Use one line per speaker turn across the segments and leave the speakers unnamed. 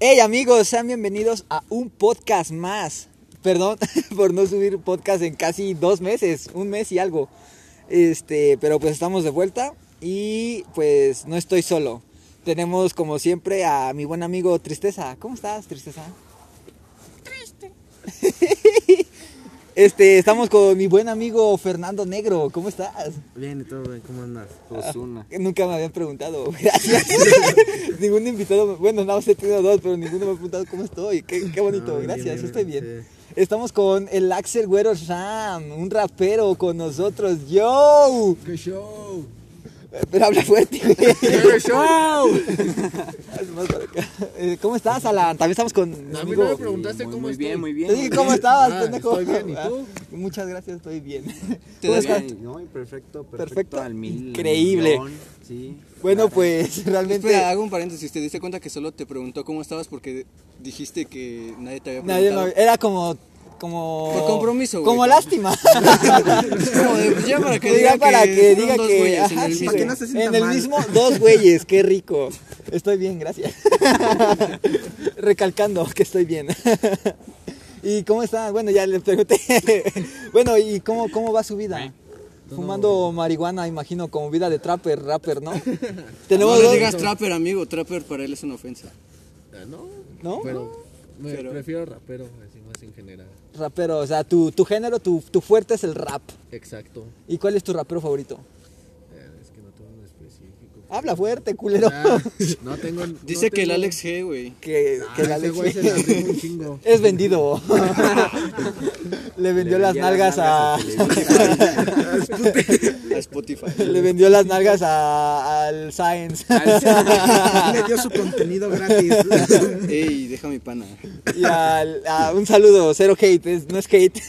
Hey amigos, sean bienvenidos a un podcast más. Perdón por no subir podcast en casi dos meses, un mes y algo. Este, pero pues estamos de vuelta y pues no estoy solo. Tenemos como siempre a mi buen amigo Tristeza. ¿Cómo estás, Tristeza?
Triste.
Este, estamos con mi buen amigo Fernando Negro. ¿Cómo estás?
Bien, ¿y todo bien? ¿Cómo andas?
Pues
Osuna. Nunca me habían preguntado. Gracias. ningún invitado, me- bueno, no, usted tiene dos, pero ninguno me ha preguntado cómo estoy. Qué, qué bonito,
No, bien,
gracias,
bien,
yo estoy bien.
bien,
Estamos con el Axel Güero Sam, un rapero con nosotros. ¡Yo!
¡Qué show!
Pero habla fuerte, güey.
¡Qué show!
Pues
Haz más para acá. Eh, ¿Cómo estás, Alan? También estamos con mi
A mí
amigo.
no me preguntaste
muy,
cómo
muy
estoy.
bien, muy
Te
bien.
dije, ¿cómo estabas,
Ah,
pendejo? Ah,
estoy bien, ¿y tú?
Muchas gracias, estoy bien.
Te
¿Cómo
doy
estás?
bien.
No, perfecto, perfecto.
Perfecto.
al mil,
Increíble.
millón, sí.
Bueno, pues realmente
Espera, hago un paréntesis. ¿Te diste cuenta que solo te preguntó cómo estabas porque dijiste que nadie te había
nadie
preguntado?
me- era como. Como.
Por compromiso, güey.
Como lástima.
Es como de, pues, ya para que
Ya
diga
para que,
fueron
diga
dos
que,
güeyes
ajá,
en el
sí,
mismo.
Para que
güey.
no se sienta
en el
mal.
mismo dos güeyes, qué rico. Estoy bien, gracias. Recalcando que estoy bien. ¿Y cómo está? Bueno, ya le pregunté. Bueno, ¿y cómo, cómo va su vida? Fumando marihuana, imagino, como vida de trapper, rapper, ¿no? Tenemos
no le
dos-
digas trapper, amigo. Trapper para él es una ofensa.
Ah, No,
¿No?
pero me
Pero-
prefiero rapero, así más en general.
Rapero, o sea, tu, tu género, tu, tu fuerte es el rap.
Exacto.
¿Y cuál es tu rapero favorito?
Eh, es que no tengo un específico.
Habla fuerte, culero.
Ah, no tengo. Ah,
Dice que el Alex G, güey.
Que, que
Ah,
la
ese
Alex-
güey se la rifa un chingo.
Es vendido. Le vendió las nalgas a.
A Spotify.
Le vendió las nalgas a, al Science.
Le dio su contenido gratis.
Ey, deja mi pana.
Y al, a- un saludo, cero hate, es- no es hate.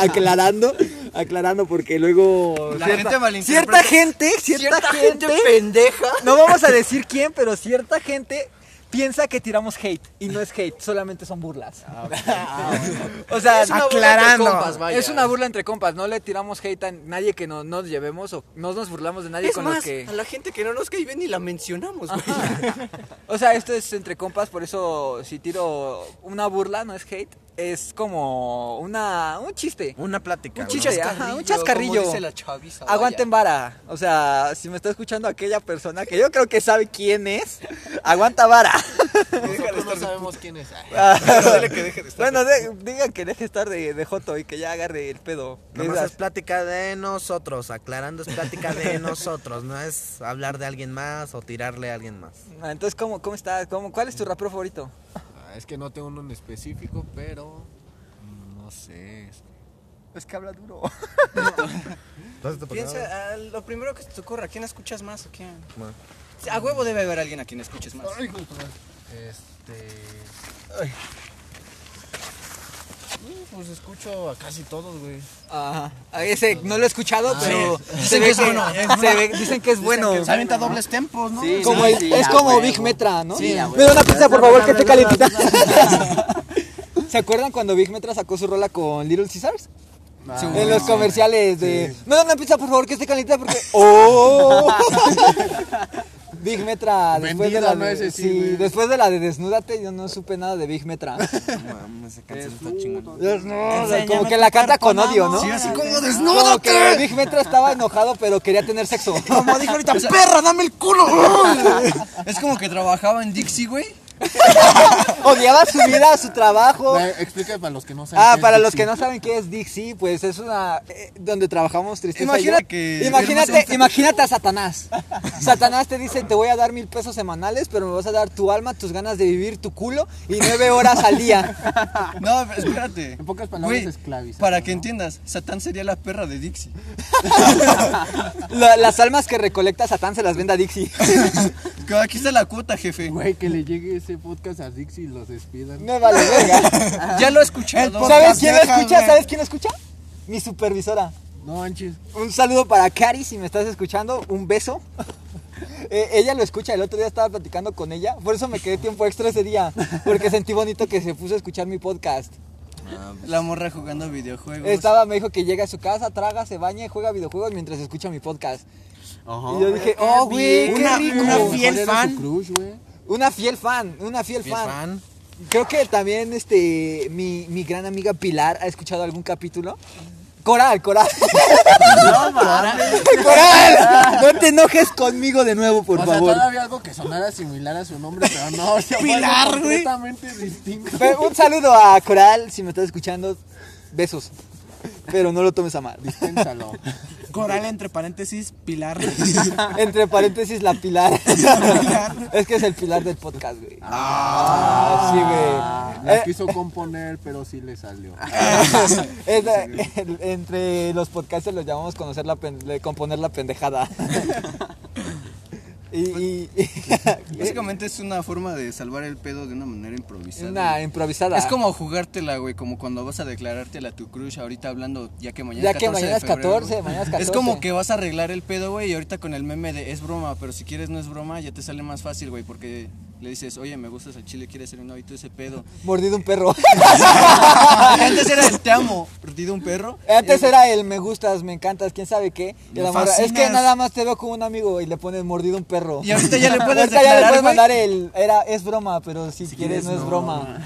aclarando, aclarando, porque luego.
La gente
Cierta
malinterpreta.
gente, cierta, gente, pendeja. No vamos a decir quién, pero cierta gente piensa que tiramos hate. Y no es hate, solamente son burlas. O sea,
Es una burla entre
aclarando.
compas, vaya.
es una burla entre compas, no le tiramos hate a nadie que no nos llevemos o no nos burlamos de nadie
Es
con
más,
los que.
a la gente que no nos cae bien ni la mencionamos, güey.
O sea, esto es entre compas, por eso si tiro una burla, no es hate, es como una un chiste.
Una plática.
Un chiste, ajá, un chascarrillo.
Como dice la chaviza, vaya.
Aguanten vara. O sea, si me está escuchando aquella persona que yo creo que sabe quién es, aguanta vara.
Nosotros no sabemos quién es. Ay,
Dile que deje de estar. Bueno, de- digan que deje de estar de, de joto y que ya agarre el pedo.
Nomás
Esas-
es plática de nosotros, aclarando es plática de nosotros, no es hablar de alguien más o tirarle a alguien más.
Ah, Entonces, ¿cómo, cómo estás? ¿Cómo, ¿Cuál es tu rapero favorito?
Ah, es que no tengo uno en específico, pero. mm, No sé.
Es que habla duro.
Piensa, ah, lo primero que se te ocurra, ¿quién escuchas más o quién? A huevo debe haber alguien a quien escuches más.
Ay, hijo de tu madre. Este. ay. Mm, Pues escucho a casi todos, güey.
Ajá. Ah, Ese no lo he escuchado, pero se
Dicen
ve
que es bueno.
se ve- dicen que es bueno.
Se avienta dobles tempos, ¿no?
Sí,
Como
no,
el-
sí,
es
a
como
huevo.
Big Metra, ¿no?
Sí, a
Me da una pizza, por favor, que esté calentita. ¿Se acuerdan cuando Big Metra sacó su rola con Little Caesars? en los comerciales de me da una pizza por favor que esté calentita porque oh Big Metra después de la
Vendido, ¿no?
de,
Ese sí,
sí,
güey.
después de la de desnúdate yo no supe nada de Big Metra Desnuda, como que la canta con odio no
así
como desnudo que Big Metra estaba enojado pero quería tener sexo
Como dijo ahorita, perra, dame el culo. es como que trabajaba en Dixie, güey.
odiaba su vida su trabajo
La- Explica para los que no saben.
Ah,
qué es
para los
Dixie.
que no saben qué es Dixie, pues es una eh, donde trabajamos tristeza.
Imagina
y yo.
que-
imagínate, imagínate a Satanás. Satanás te dice, te voy a dar mil pesos semanales, pero me vas a dar tu alma, tus ganas de vivir, tu culo y nueve horas al día.
No, espérate.
En pocas palabras,
Güey,
esclaviza,
Para
¿no?
que entiendas, Satán sería la perra de Dixie.
La- las almas que recolecta Satán se las vende a Dixie.
Aquí está la cuota, jefe.
Güey, que le llegue ese podcast a Dixie y los despidan.
No vale verga.
Ya lo he escuchado.
¿Sabes quién lo escucha? ¿Sabes quién lo escucha? Mi supervisora.
No manches.
Un saludo para Cari, si me estás escuchando, un beso. Eh, ella lo escucha, el otro día estaba platicando con ella, por eso me quedé tiempo extra ese día, porque sentí bonito que se puso a escuchar mi podcast.
La morra jugando videojuegos.
Estaba, me dijo que llega a su casa, traga, se baña y juega videojuegos mientras escucha mi podcast. Y yo dije, oh, güey, qué
Una-
rico.
una fiel
¿Cuál era
fan.
su crush, güey?
Una fiel fan, una fiel,
Fiel
fan.
fan.
Creo que también este mi, mi gran amiga Pilar ha escuchado algún capítulo. Coral, coral. coral, no te enojes conmigo de nuevo, por
o sea,
favor.
todavía algo que sonara similar a su nombre, pero no. o sea, fue algo
Pilar, güey.
Completamente distinto.
Pero un saludo a Coral, si me estás escuchando, besos. Pero no lo tomes a mal.
Piénsalo.
Coral entre paréntesis, pilar.
Entre paréntesis, la Pilar. es que es el pilar del podcast, güey. Ah, sí, güey.
La
Eh,
quiso componer, pero sí le salió.
Ah. Es la- el- entre los podcasts los llamamos conocer la pen- le- componer la pendejada. y, y-
Básicamente es una forma de salvar el pedo de una manera improvisada.
una improvisada.
Es como jugártela, güey, como cuando vas a declarártela a tu crush ahorita hablando, ya que mañana
ya
es 14
que mañana
de
es
febrero,
14,
güey.
mañana es 14.
Es como que vas a arreglar el pedo, güey, y ahorita con el meme de es broma, pero si quieres no es broma, ya te sale más fácil, güey, porque le dices, oye, me gustas el chile, quieres ser un novito ese pedo.
mordido un perro.
Antes era el te amo, perdido un perro.
Antes era el me gustas, me encantas, quién sabe qué. Y
Me
la morra, es que
fascinas.
nada más te veo con un amigo y le pones mordido un perro.
Y ahorita ya le puedes
Ahorita ya le
declarar,
puedes
güey.
mandar el era es broma, pero si, quieres, no es broma.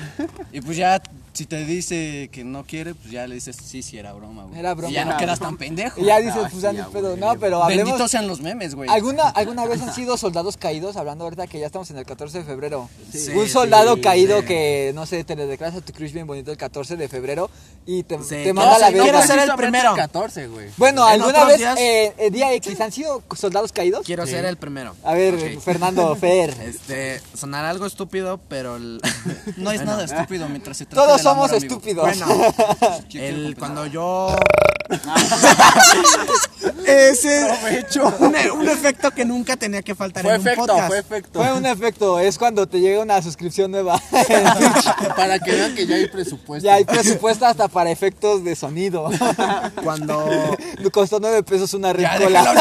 Y pues ya, si te dice que no quiere, pues ya le dices, sí, sí, era broma, güey.
Era broma.
Y ya no quedas tan pendejo.
Y ya dices, pues ya ni pedo. No, pero hablemos
Benditos sean los memes, güey.
¿Alguna, ¿Alguna vez han sido soldados caídos? Hablando ahorita que ya estamos en el 14 de febrero.
Sí,
un
sí,
soldado
sí.
caído que, no sé, te le declaras a tu crush bien bonito el 14 de febrero y te,
Sí,
te
no,
manda
sí,
la
no
verga.
quiero ser el primero.
14, güey.
Bueno,
en
¿alguna
otros
vez
días-
eh, eh, día X han sido soldados caídos?
Quiero ser el primero.
A ver,
Ok.
Fernando, Fer.
Este, sonará algo estúpido, pero el,
No es nada estúpido mientras se trata
Todos
del amor,
somos
amigo.
estúpidos.
bueno,
Yo quiero
el
compensar.
cuando yo ese un,
e-,
un efecto que nunca tenía que faltar
Fue
en un
efecto,
podcast.
fue efecto.
Fue un efecto, es cuando te llega una suscripción nueva.
Para que vean que ya hay presupuesto.
ya hay presupuesto hasta para efectos de sonido.
Cuando
Costó 9 pesos una
Ya,
rincola.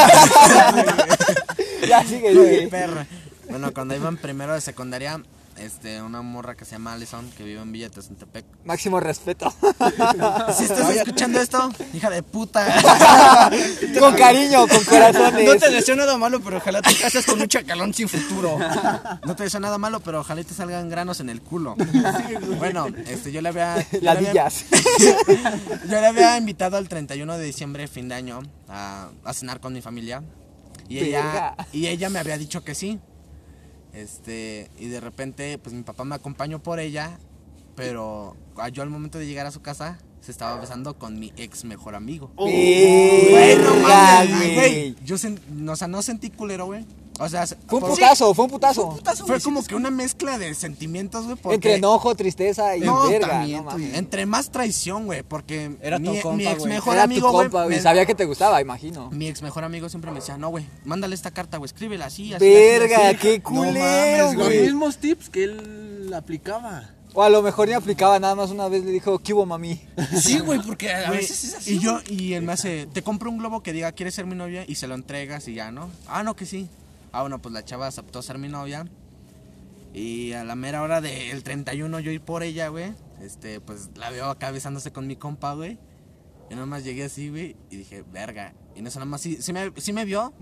ya sigue, sigue.
perra.
Bueno, cuando iban primero de secundaria, este, una morra que se llama Alison, que vive en Villa Tezantepec.
Máximo respeto.
Si estás escuchando esto, hija de puta.
con cariño, con corazones.
No te deseo nada malo, pero ojalá te cases con un chacalón sin futuro.
No te deseo nada malo, pero ojalá y te salgan granos en el culo.
Bueno, este yo le había yo le había-
Ladillas.
Yo le había invitado al 31 de diciembre, fin de año, a, a cenar con mi familia. Y ella,
Verga.
y ella me había dicho que sí. Este, y de repente, pues mi papá me acompañó por ella, pero a- yo al momento de llegar a su casa se estaba besando con mi ex mejor amigo.
Verga,
no mames,
güey.
güey. Yo sen- no, o sea, no sentí culero, güey. O sea, se-
Fue un
por-
putazo, fue un putazo.
fue como que una mezcla de sentimientos, güey. porque-
Entre enojo, tristeza y
No,
verga.
también, eh.
no mames.
entre más traición, güey, porque
Era tu
mi,
compa,
mi ex
güey.
mejor
Era
amigo,
tu
güey,
compa, güey.
me-
Sabía que te gustaba, imagino.
mi ex mejor amigo siempre me decía, no, güey, mándale esta carta, güey, escríbela así, así. así,
Verga,
así".
qué
No mames,
culero,
Los
güey.
mismos tips que él aplicaba.
O a lo mejor ni aplicaba, nada más una vez le dijo, ¿qué hubo, mami?
Sí, güey, porque a
güey.
veces es así.
Y yo, y él me hace, te compro un globo que diga, ¿quieres ser mi novia? Y se lo entregas y ya, ¿no? Ah, no, que sí. Ah, bueno, pues la chava aceptó ser mi novia. Y a la mera hora del 31 yo ir por ella, güey. Este, pues la veo acá besándose con mi compa, güey. Yo nada más llegué así, güey, y dije, verga. Y no sé, nada más sí, sí me, sí me vio.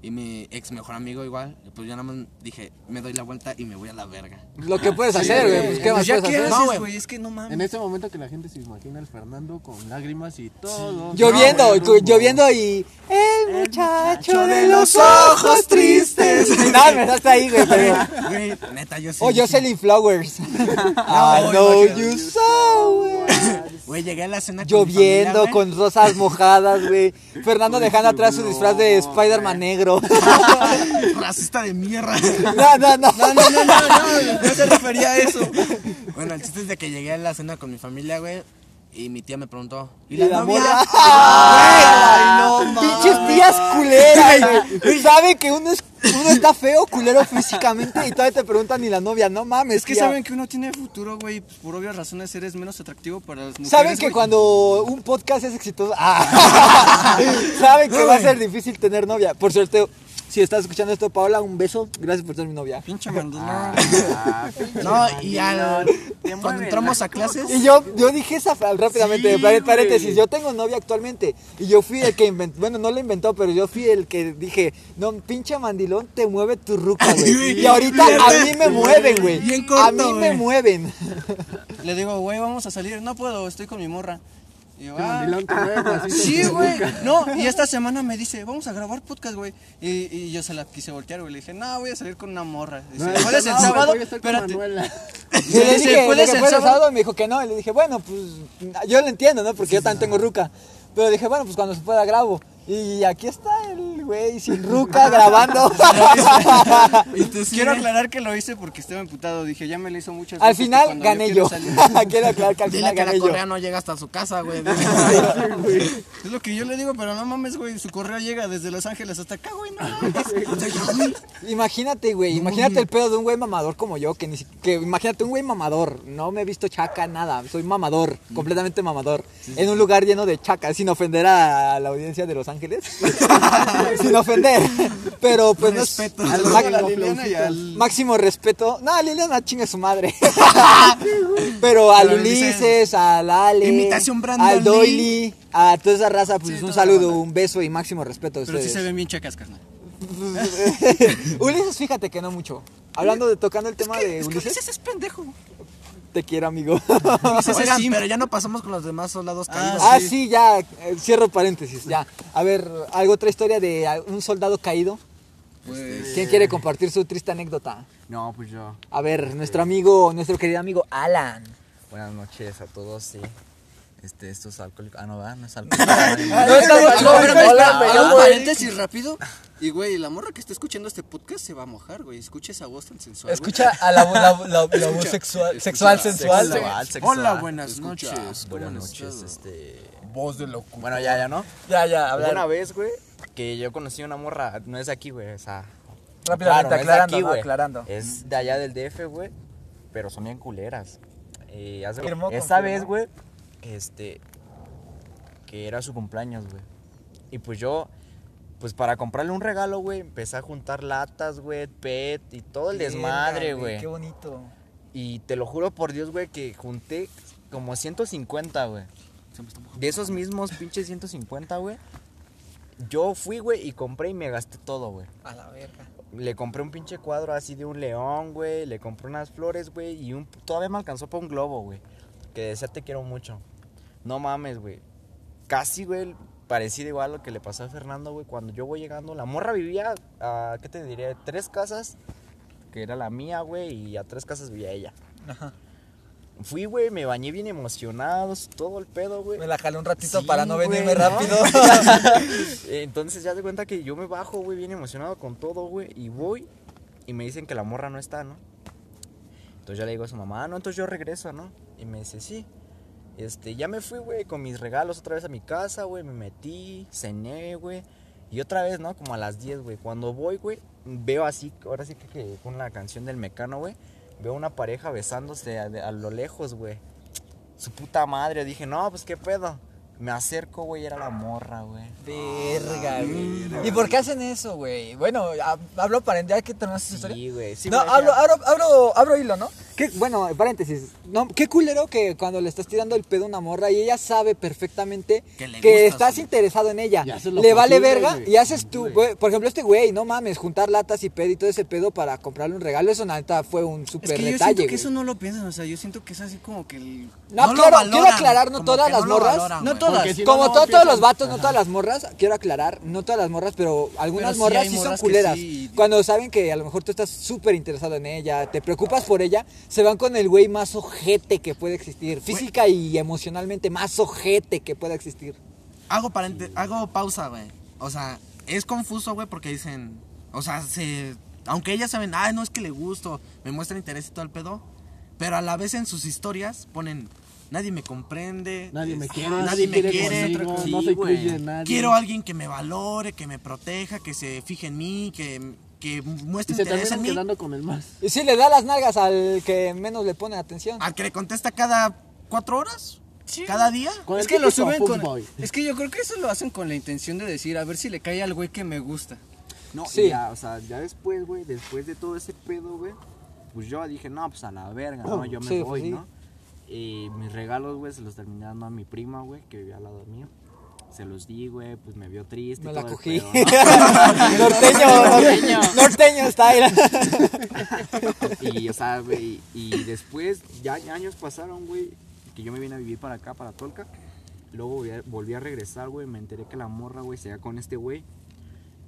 Y mi ex mejor amigo igual. Y pues yo nada más dije, me doy la vuelta y me voy a la verga.
Lo que puedes hacer, güey. Pues, ¿Qué más
ya
puedes
que
hacer?
No, güey.
haces, güey, es que no mames.
En ese momento que la gente se imagina al Fernando con lágrimas y todo.
Lloviendo,
No, güey,
lloviendo y... El muchacho de los ojos tristes. no, me estás ahí, Oh, güey. pero-
Güey, neta, yo sí.
O
dije-
Jocelyn Flowers. I know you so well.
Güey, llegué a la cena con mi familia,
Lloviendo
güey.
con rosas mojadas, güey. Fernando dejando atrás su disfraz de Spider-Man negro.
Racista de mierda.
No, no, no.
No, no, no, no se refería a eso.
bueno, el chiste es de que llegué a la cena con mi familia, güey. Y mi tía me preguntó.
Y
¿Y la,
la
novia?
morra.
Ay, no mames.
Pinches tías culeras, güey. Sabe que uno, es, uno está feo, culero físicamente y todavía te preguntan ni la novia. No mames.
Es que
tía.
saben que uno tiene futuro, güey, pues por obvias razones eres menos atractivo para las mujeres.
Saben que
güey.
cuando un podcast es exitoso. Ah. Saben que va a ser difícil tener novia. Por suerte, Si estás escuchando esto, Paola, un beso. Gracias por ser mi novia.
Pinche mandilón.
Ah,
No, y al, cuando entramos a clases.
Y yo, yo dije esa fra- rápidamente, de pare- paréntesis, yo tengo novia actualmente y yo fui el que inventó, bueno, no la inventó, pero yo fui el que dije, no, pinche mandilón, te mueve tu ruca, güey. Y ahorita a mí me mueven, güey.
Bien
A
corto,
mí me
güey.
mueven.
Le digo, güey, vamos a salir. No puedo, estoy con mi morra. Y yo, ah,
Sí,
Sí, güey. No, y esta semana me dice, vamos a grabar podcast, güey. Y, y yo se la quise voltear, güey. Le dije, no, voy a salir con una morra. Dice, ¿cuál es el sábado? Espérate.
Y le
Dice,
dije, ¿puedes
¿puedes
el
el sábado?
sábado? Y me dijo que no. Y le dije, bueno, pues yo lo entiendo, ¿no? Porque yo también tengo ruca. Pero dije, bueno, pues cuando se pueda grabo. Y aquí está el güey sin ruca grabando.
Quiero aclarar que lo hice porque estaba emputado. Dije, ya me lo hizo muchas
al
veces que
final
cuando yo
gané
quiero
yo.
salir".
Quiero aclarar que al
Dile
final
que la
gané yo.
correa no llega hasta su casa, güey.
Es lo que yo le digo, pero no mames, güey. Su correo llega desde Los Ángeles hasta acá, güey. No mames.
Imagínate, güey, imagínate el pedo de un güey mamador como yo, que, ni, si- que imagínate un güey mamador, no me he visto chaca, nada, soy mamador,
Mm.
completamente mamador, en un lugar lleno de chacas, sin ofender a la audiencia de Los Ángeles, sin ofender, pero pues no es-
Respeto.
al
Saludos
ma-
a la Liliana y al-
máximo respeto, no, Liliana chinga su madre, pero al
Pero Ulises-
Ulises, al Ale,
Imitación Brandon
al Doily, a toda esa raza, pues
Sí,
un
toda la
saludo,
banda.
un beso y máximo respeto a
Pero
ustedes.
sí se ven bien chacas, carnal.
Ulises, fíjate que no mucho. Hablando de tocando el tema de
Es que
Ulises,
Ulises es pendejo.
te quiero, amigo.
Oigan, pero ya no pasamos con los demás soldados caídos.
ah, sí, ya, eh, cierro paréntesis, ya. A ver, algo otra historia de ah, un soldado caído.
Pues,
¿Quién quiere compartir su triste anécdota?
No, pues yo.
A ver, nuestro amigo, nuestro querido amigo Alan.
Este, Buenas noches a todos, sí. Este, esto es alcohólico. Ah, no, ¿verdad? No es alcohólico.
No estamos
No, pero espera,
Hola,
hago un
güey.
paréntesis rápido. Y, güey, la morra que está escuchando este podcast se va a mojar, güey. Escucha esa voz tan sensual. güey.
Escucha a la, la, la, la voz sexual, sexual, sensual. Sexual, sexual.
Hola, buenas
Escucha,
noches. ¿cómo
Buenas
han
noches,
estado?
este...
Voz de loco.
Bueno, ya, ya, ¿no? Ya, ya, hablar. Una vez, güey, que yo conocí una morra, no es de aquí, güey, o sea...
Rápidamente,
claro, no es de
aclarando,
aquí,
¿no?
güey.
aclarando.
Es de allá del DF, güey, pero son bien culeras. Eh, hace-
Confirmó,
esta
confirmó.
vez, güey, este... Que era su cumpleaños, güey. Y pues yo, pues para comprarle un regalo, güey, empecé a juntar latas, güey, pet y todo el desmadre, güey.
Qué bonito.
Y te lo juro por Dios, güey, que junté como 150, güey. De esos mismos pinches 150, güey. Yo fui, güey, y compré y me gasté todo, güey.
A la verga.
Le compré un pinche cuadro así de un león, güey. Le compré unas flores, güey. Y un, todavía me alcanzó para un globo, güey. Que decía te quiero mucho. No mames, güey. Casi, güey, parecido igual a lo que le pasó a Fernando, güey. Cuando yo voy llegando, la morra vivía a, ¿qué te diré? Tres casas. Que era la mía, güey. Y a tres casas vivía ella. Fui, güey, me bañé bien emocionado. Todo el pedo, güey.
Me la jalé un ratito
Sí,
para no
güey,
venirme
¿no?
rápido.
Entonces ya te cuenta que yo me bajo, güey, bien emocionado con todo, güey, y voy y me dicen que la morra no está, ¿no? Entonces yo le digo a su mamá, "Ah, no, entonces yo regreso, ¿no? Y me dice, sí. Este, ya me fui, güey, con mis regalos otra vez a mi casa, güey, me metí, cené, güey. Y otra vez, ¿no? Como a las 10, güey. Cuando voy, güey, veo así, ahora sí que, que con la canción del mecano, güey, veo una pareja besándose a, de- a lo lejos, güey. Su puta madre, dije, no, pues qué pedo. Me acerco, güey, era la morra, güey.
Verga, güey. ¿Y por qué hacen eso, güey? Bueno, ha- hablo para entender que terminaste esa historia.
Sí, güey. Sí,
no,
me decía,
abro, abro, abro, abro hilo, ¿no? Qué- bueno, paréntesis. No, qué culero que cuando le estás tirando el pedo a una morra y ella sabe perfectamente que,
Que le gustas,
estás
güey.
interesado en ella. Le
Y haces lo
vale
posible,
verga
güey.
y haces tú, güey, por ejemplo, este güey, no mames, juntar latas y pedo y todo ese pedo para comprarle un regalo, eso neta fue un
Es
super
que yo
detalle.
siento que
güey.
eso no lo piensan, o sea, yo siento que es así como que el...
No,
No lo
claro,
valoran,
quiero aclarar, no
como
todas
que
las
no lo
morras.
valoran,
No
güey.
todas.
Porque si no,
como
no
to- todos
piensan-
los vatos, no todas las morras, quiero aclarar, no todas las morras, pero algunas
Pero sí
morras
hay
sí son
morras que
culeras.
sí.
Cuando saben que a lo mejor tú estás súper interesado en ella, te preocupas por ella, se van con el güey más ojete que puede existir, física y emocionalmente más ojete que pueda existir.
Hago, parente- hago pausa, güey. O sea, es confuso, güey, porque dicen. O sea, se. Aunque ellas saben, ah, no es que le gusto, me muestra interés y todo el pedo. Pero a la vez en sus historias ponen, nadie me comprende.
Nadie me
Ah,
es-
quiere.
Nadie me quiere.
conmigo,
otra cosa".
no
Sí,
se
güey.
incluye en nadie.
Quiero a alguien que me valore, que me proteja, que se fije en mí, que, que muestre
Y se
interés en
terminan
mí.
quedando con el más.
Y si le da las nalgas al que menos le pone atención.
Al que le contesta cada cuatro horas, cada día.
Con
Es
el
que lo
típico
suben con...
fuckboy.
Es que yo creo que eso lo hacen con la intención de decir, a ver si le cae al güey que me gusta.
No,
Sí.
y ya, o sea, ya después, güey, después de todo ese pedo, güey, pues yo dije, no, pues a la verga, ¿no? Yo me
Sí, pues
voy,
sí.
¿no? Y mis regalos, güey, se los terminé dando a mi prima, güey, que vivía al lado mío. Se los di, güey, pues me vio triste. y
Me la
todo el
cogí.
pedo, ¿no?
norteño, norteño style.
Y, o sea, güey, y después, ya ya años pasaron, güey, que yo me vine a vivir para acá, para Tolca. Luego volví a, volví a regresar, güey, me enteré que la morra, güey, se iba con este güey.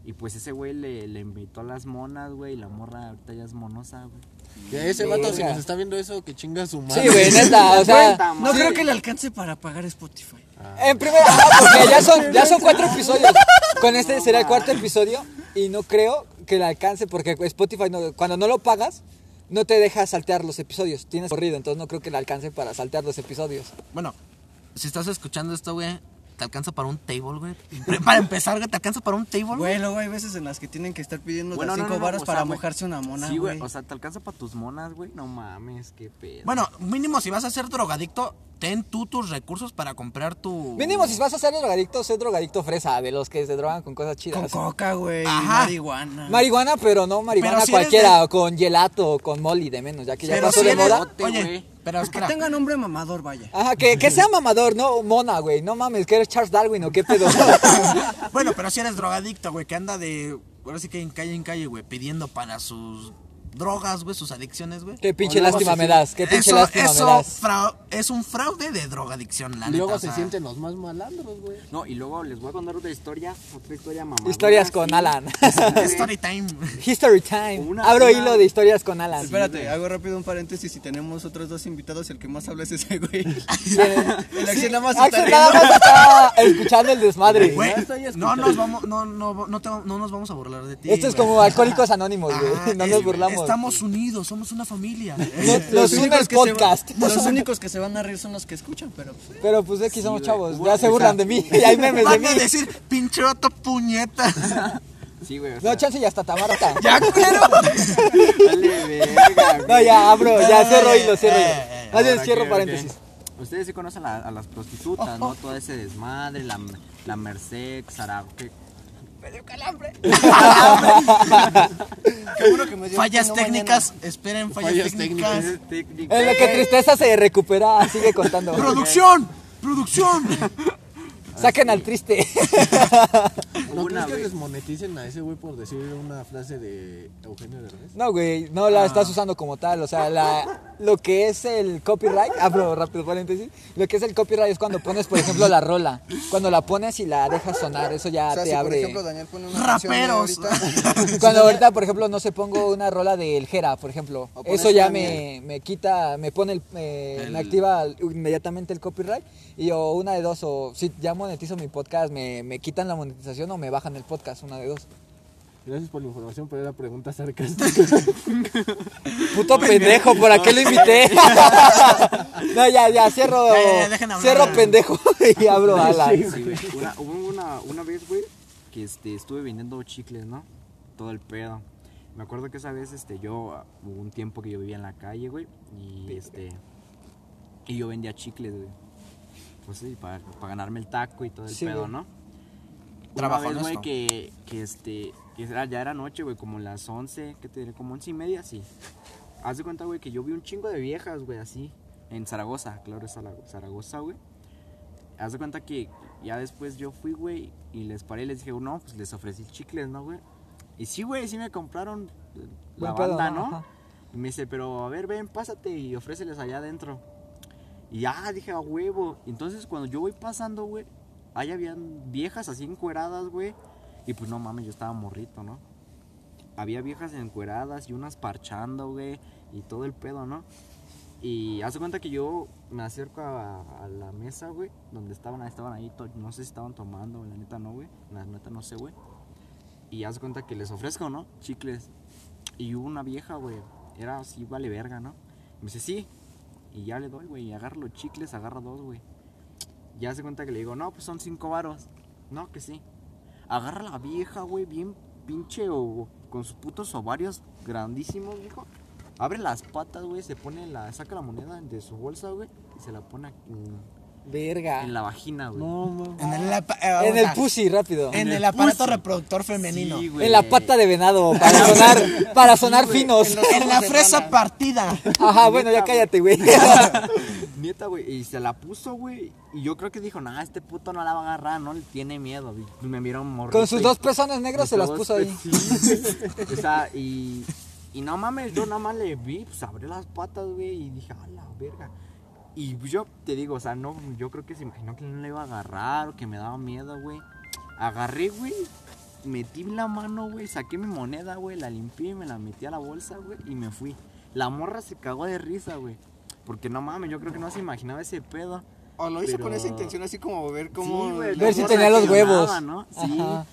Y pues ese güey le, le invitó a las monas, güey, y la morra ahorita ya es monosa, güey.
Ya ese vato, si
Verga.
nos está viendo eso, que chinga su madre.
Sí, güey, neta, o sea,
No
creo que le alcance para pagar Spotify.
en primera, ah, porque ya son, ya son cuatro episodios. Con este será el cuarto episodio y no creo que le alcance porque Spotify, no- cuando no lo pagas, no te deja saltear los episodios. Tienes corrido, entonces no creo que le alcance para saltear los episodios.
Bueno, si estás escuchando esto, güey, te alcanza para un table, güey. Para empezar, güey, te alcanza para un table, güey.
Güey, luego hay veces en las que tienen que estar pidiendo
Bueno,
las
no,
cinco
no, no,
varas
o sea,
para
güey.
mojarse una mona,
Sí,
güey.
güey, o sea, te alcanza para tus monas, güey. No mames, qué pedo.
Bueno, mínimo si vas a ser drogadicto, ten tú tus recursos para comprar tu.
Mínimo, si vas a ser drogadicto, sé drogadicto fresa, de los que se drogan con cosas
con
chidas.
coca, güey, y
Ajá.
marihuana.
Marihuana, pero no marihuana
Pero si eres
cualquiera,
de-
o con gelato, o con molly de menos, ya que ya
Pero
pasó
si
de
eres-
moda.
Oye, pero
que
espera.
tenga nombre mamador, vaya.
Ajá, que, que sea mamador, no mona, güey. No mames, que eres Charles Darwin o qué pedo.
Bueno, pero si eres drogadicto, güey, que anda de. Ahora sí que en calle en calle, güey, pidiendo para sus drogas, güey, sus adicciones, güey.
qué pinche lástima me das, qué pinche
Eso-
lástima
eso
me das.
frau- es un fraude de drogadicción, la neta,
Luego
o
se
sea.
sienten los más malandros, güey.
No, y luego les voy a contar otra historia, otra historia mamá.
Historias con Alan.
Story time.
History time.
Una-
Abro
una-
hilo de historias con Alan.
Espérate, hago rápido un paréntesis. Si tenemos otros dos invitados, el que más habla es ese güey. el Axel nada más está
Axel
riendo.
nada más está escuchando el desmadre. ¿Eh?
Güey, no nos vamos, no, no, no, te- no nos vamos a burlar de ti.
Esto es
güey.
como Alcohólicos Anónimos,
Ajá,
güey. No
es-
nos burlamos.
Estamos unidos, somos una familia. Eh,
No- Los une el
únicos que se van-
podcast.
los únicos que se van a reír son los que escuchan, pero pues, eh.
Pero pues aquí somos chavos. Ya se burlan de mí. Y hay memes de
Van
mí.
a decir, pinche vato puñeta.
Sí, güey. O sea,
No, chance y hasta Tamarata.
dale, verga, güey.
No, ya abro, ya cierro hilo, cierro
eh,
hilo.
eh,
Más bien
Ahora,
cierro
ok,
paréntesis.
ok. Ustedes sí conocen a, a las prostitutas, ¿no? Todo ese desmadre, la, la Merced, Sara... ¿qué?
Seguro que me dio
fallas
no mañana.
técnicas, esperen fallas,
Fallas
técnicas.
¿Qué técnica?
En lo que tristeza se recupera, sigue contando.
¡Producción! ¡Producción!
Saquen al triste.
¿No
Una
crees que
vez.
desmoneticen a ese güey por decir una frase de Eugenio Derbez?
No, güey, no
Ah.
la estás usando como tal. O sea, la, lo que es el copyright, abro rápido paréntesis. Lo que es el copyright es cuando pones, por ejemplo, la rola. Cuando la pones y la dejas sonar, eso ya
O sea,
te
si por
abre.
ejemplo Daniel pone una canción de
¡Raperos!
ahorita,
Cuando ahorita, por ejemplo, no se pongo una rola del Jera, por ejemplo.
O pones
Eso ya
una
me, me quita, me pone, el, eh, me activa inmediatamente el copyright. Y o una de dos, o si ya monetizo mi podcast, me, me quitan la monetización o me bajan el podcast, una de dos.
Gracias por la información, pero era pregunta sarcástica.
Puto pendejo, ¿por a qué lo invité? no, ya, ya, cierro.
Ya, ya, ya, dejen hablar.
cierro pendejo y abro
Sí,
alas.
Sí, güey. Una, hubo una, una vez, güey, que este, estuve vendiendo chicles, ¿no? Todo el pedo. Me acuerdo que esa vez, este, yo, ah, hubo un tiempo que yo vivía en la calle, güey, y este, y yo vendía chicles, güey. Pues sí, para, ganarme el taco y todo el
Sí,
pedo,
güey.
¿no?
Trabajo
Una vez, güey,
honesto.
que, que este, que era- ya era noche, güey, como las 11, que te diré, como 11 y media, sí. Haz de cuenta, güey, que yo vi un chingo de viejas, güey, así, en Zaragoza, claro, es Zara- Zaragoza, güey. Haz de cuenta que ya después yo fui, güey, y les paré y les dije, no, pues les ofrecí chicles, ¿no, güey? Y sí, güey, sí me compraron eh, la
Buen pedo,
banda,
¿no?
¿no?
Ajá.
Y me dice, pero a ver, ven, pásate y ofréceles allá adentro. Y ya, dije, a huevo. Entonces, cuando yo voy pasando, güey, ahí habían viejas así encueradas, güey. Y pues no mames, yo estaba morrito, ¿no? Había viejas encueradas y unas parchando, güey, y todo el pedo, ¿no? Y hace cuenta que yo me acerco a, a la mesa, güey, donde estaban, estaban ahí, to- no sé si estaban tomando, la neta no, güey, la neta no sé, güey. Y hace cuenta que les ofrezco, ¿no? Chicles. Y hubo una vieja, güey, era así, vale verga, ¿no? Y me dice, sí. Y ya le doy, güey, y agarro los chicles, agarra dos, güey. Ya hace cuenta que le digo, no, pues son cinco varos. No, que sí. Agarra la vieja, güey, bien pinche o con sus putos ovarios grandísimos, viejo. Abre las patas, güey, se pone la, saca la moneda de su bolsa, güey, y se la pone aquí en,
Verga.
En la vagina, güey.
En el, apa- eh,
En
aguanta.
el pussy, rápido.
En el aparato reproductor femenino.
Sí, güey.
En la pata de venado, para sonar, para sonar finos.
En la fresa partida.
Ajá, bueno, ya cállate, güey.
Neta, güey. Y se la puso, güey. Y yo creo que dijo, nah, este puto no la va a agarrar, ¿no? Le tiene miedo. Y me vieron morrito.
Con sus
y-
dos personas negras se
mis
las
dos
puso ahí.
pechitos. o sea, y, y no mames, yo nada más le vi, pues abrí las patas, güey, y dije, a la verga. Y pues, yo te digo, o sea, no, yo creo que se imaginó que no le iba a agarrar o que me daba miedo, güey. Agarré, güey, metí la mano, güey, saqué mi moneda, güey, la limpié, me la metí a la bolsa, güey, y me fui. La morra se cagó de risa, güey. Porque no mames, yo creo que no se imaginaba ese pedo.
O lo hizo con
Pero-
esa intención, así como ver cómo.
Sí, güey,
la
Ver si
morra
tenía los
reaccionaba,
huevos.
¿no? Sí.
Ajá.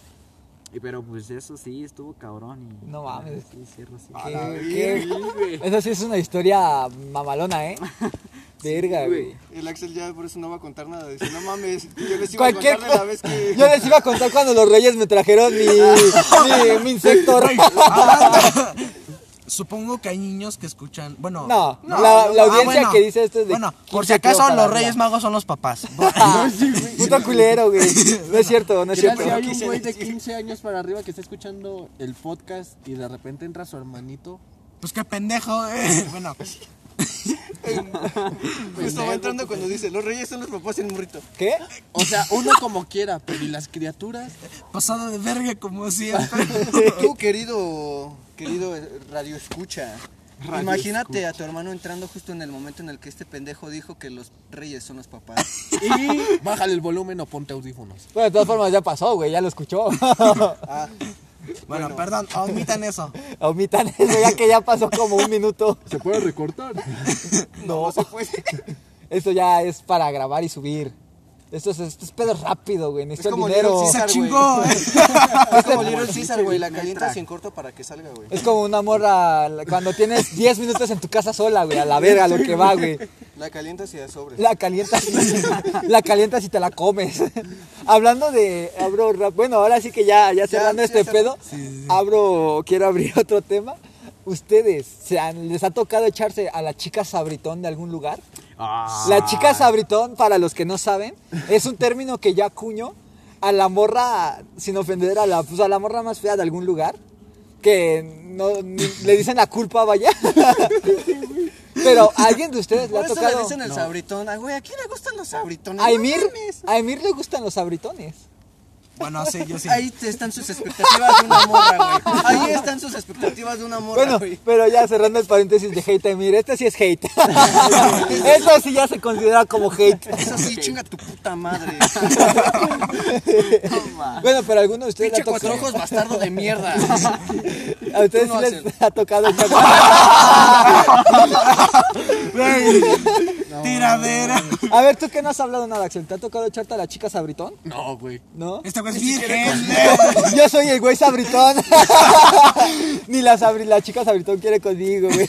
Y pero pues eso sí, estuvo cabrón. Y,
No mames. Ah,
Sí, cierro así.
¿Qué-
Sí,
qué?
güey.
Esa sí es una historia mamalona, ¿eh? Verga, güey.
El Axel ya por eso no va a contar nada. Dice, no mames, yo les iba
Cualquier
a contar de
cosa.
la vez que.
Yo les iba a contar cuando los reyes me trajeron mi, mi, mi insecto.
ah, Supongo que hay niños que escuchan. Bueno, ah,
No, la- la audiencia que dice esto es de
Bueno, por
15
si acaso
creo para
los Reyes
arriba.
Magos son los papás.
Puto culero, güey. No es cierto, no es
Ya
cierto.
si hay un güey de 15 años para arriba que está escuchando el podcast y de repente entra su hermanito.
pues qué pendejo, eh. Bueno,
Justo va entrando cuando dice, los reyes son los papás en morrito.
¿Qué?
O sea, uno como quiera, pero y las criaturas.
pasado de verga como siempre.
Tú, querido, querido eh, radio escucha. Imagínate a tu hermano entrando justo en el momento en el que este pendejo dijo que los reyes son los papás.
Y bájale el volumen o ponte audífonos.
Bueno, de todas formas ya pasó, güey, ya lo escuchó.
Bueno, perdón, omitan eso.
Omitan eso, ya que ya pasó como un minuto.
¿Se puede recortar?
No, Esto ya es para grabar y subir. Esto es, esto es pedo rápido, güey. Necesito el
como
dinero.
Little
Se
César, güey.
chingó. eh.
Es
Este
como Little César, güey, la calientas en corto para que salga, güey.
Es como una morra la- cuando tienes 10 minutos en tu casa sola, güey. A la verga lo que va, güey.
La calientas y a sobre.
La calientas, la calientas y te la comes. Hablando de, abro, rap- bueno, ahora sí que ya, ya cerrando
sí,
este
ya
pedo, abro, quiero abrir otro tema. ¿Ustedes se han- les ha tocado echarse a la chica sabritón de algún lugar?
Ah,
La chica sabritón, para los que no saben, es un término que ya acuñó a la morra, sin ofender a la, pues a la morra más fea de algún lugar, que no ni- le dicen la culpa, vaya. Pero ¿a alguien de ustedes le ha
Por eso le
tocado.
dicen el sabritón. Ay, güey, ¿a quién le gustan los sabritones?
A
No
Emir,
mames.
a Emir le gustan los sabritones.
Bueno, sí, yo sí.
Ahí te están sus expectativas de una morra, güey. Ahí están sus expectativas de una morra,
Bueno,
güey.
pero ya cerrando el paréntesis de hate a Emir, este sí es hate. Eso sí ya se considera como hate.
Eso sí, chinga tu puta madre.
Bueno, pero alguno de ustedes le
Pinche
ha tocado.
cuatro ojos bastardo de mierda.
A ustedes
Tú no,
sí
Axel.
les ha tocado echarse-
Tiradera.
A ver, tú que no has hablado nada, Axel, ¿te ha tocado echarte a la chica sabritón?
No, güey.
¿No?
Este güey es virgen.
Yo soy el güey sabritón. Ni la, sabri- la chica sabritón quiere conmigo, güey.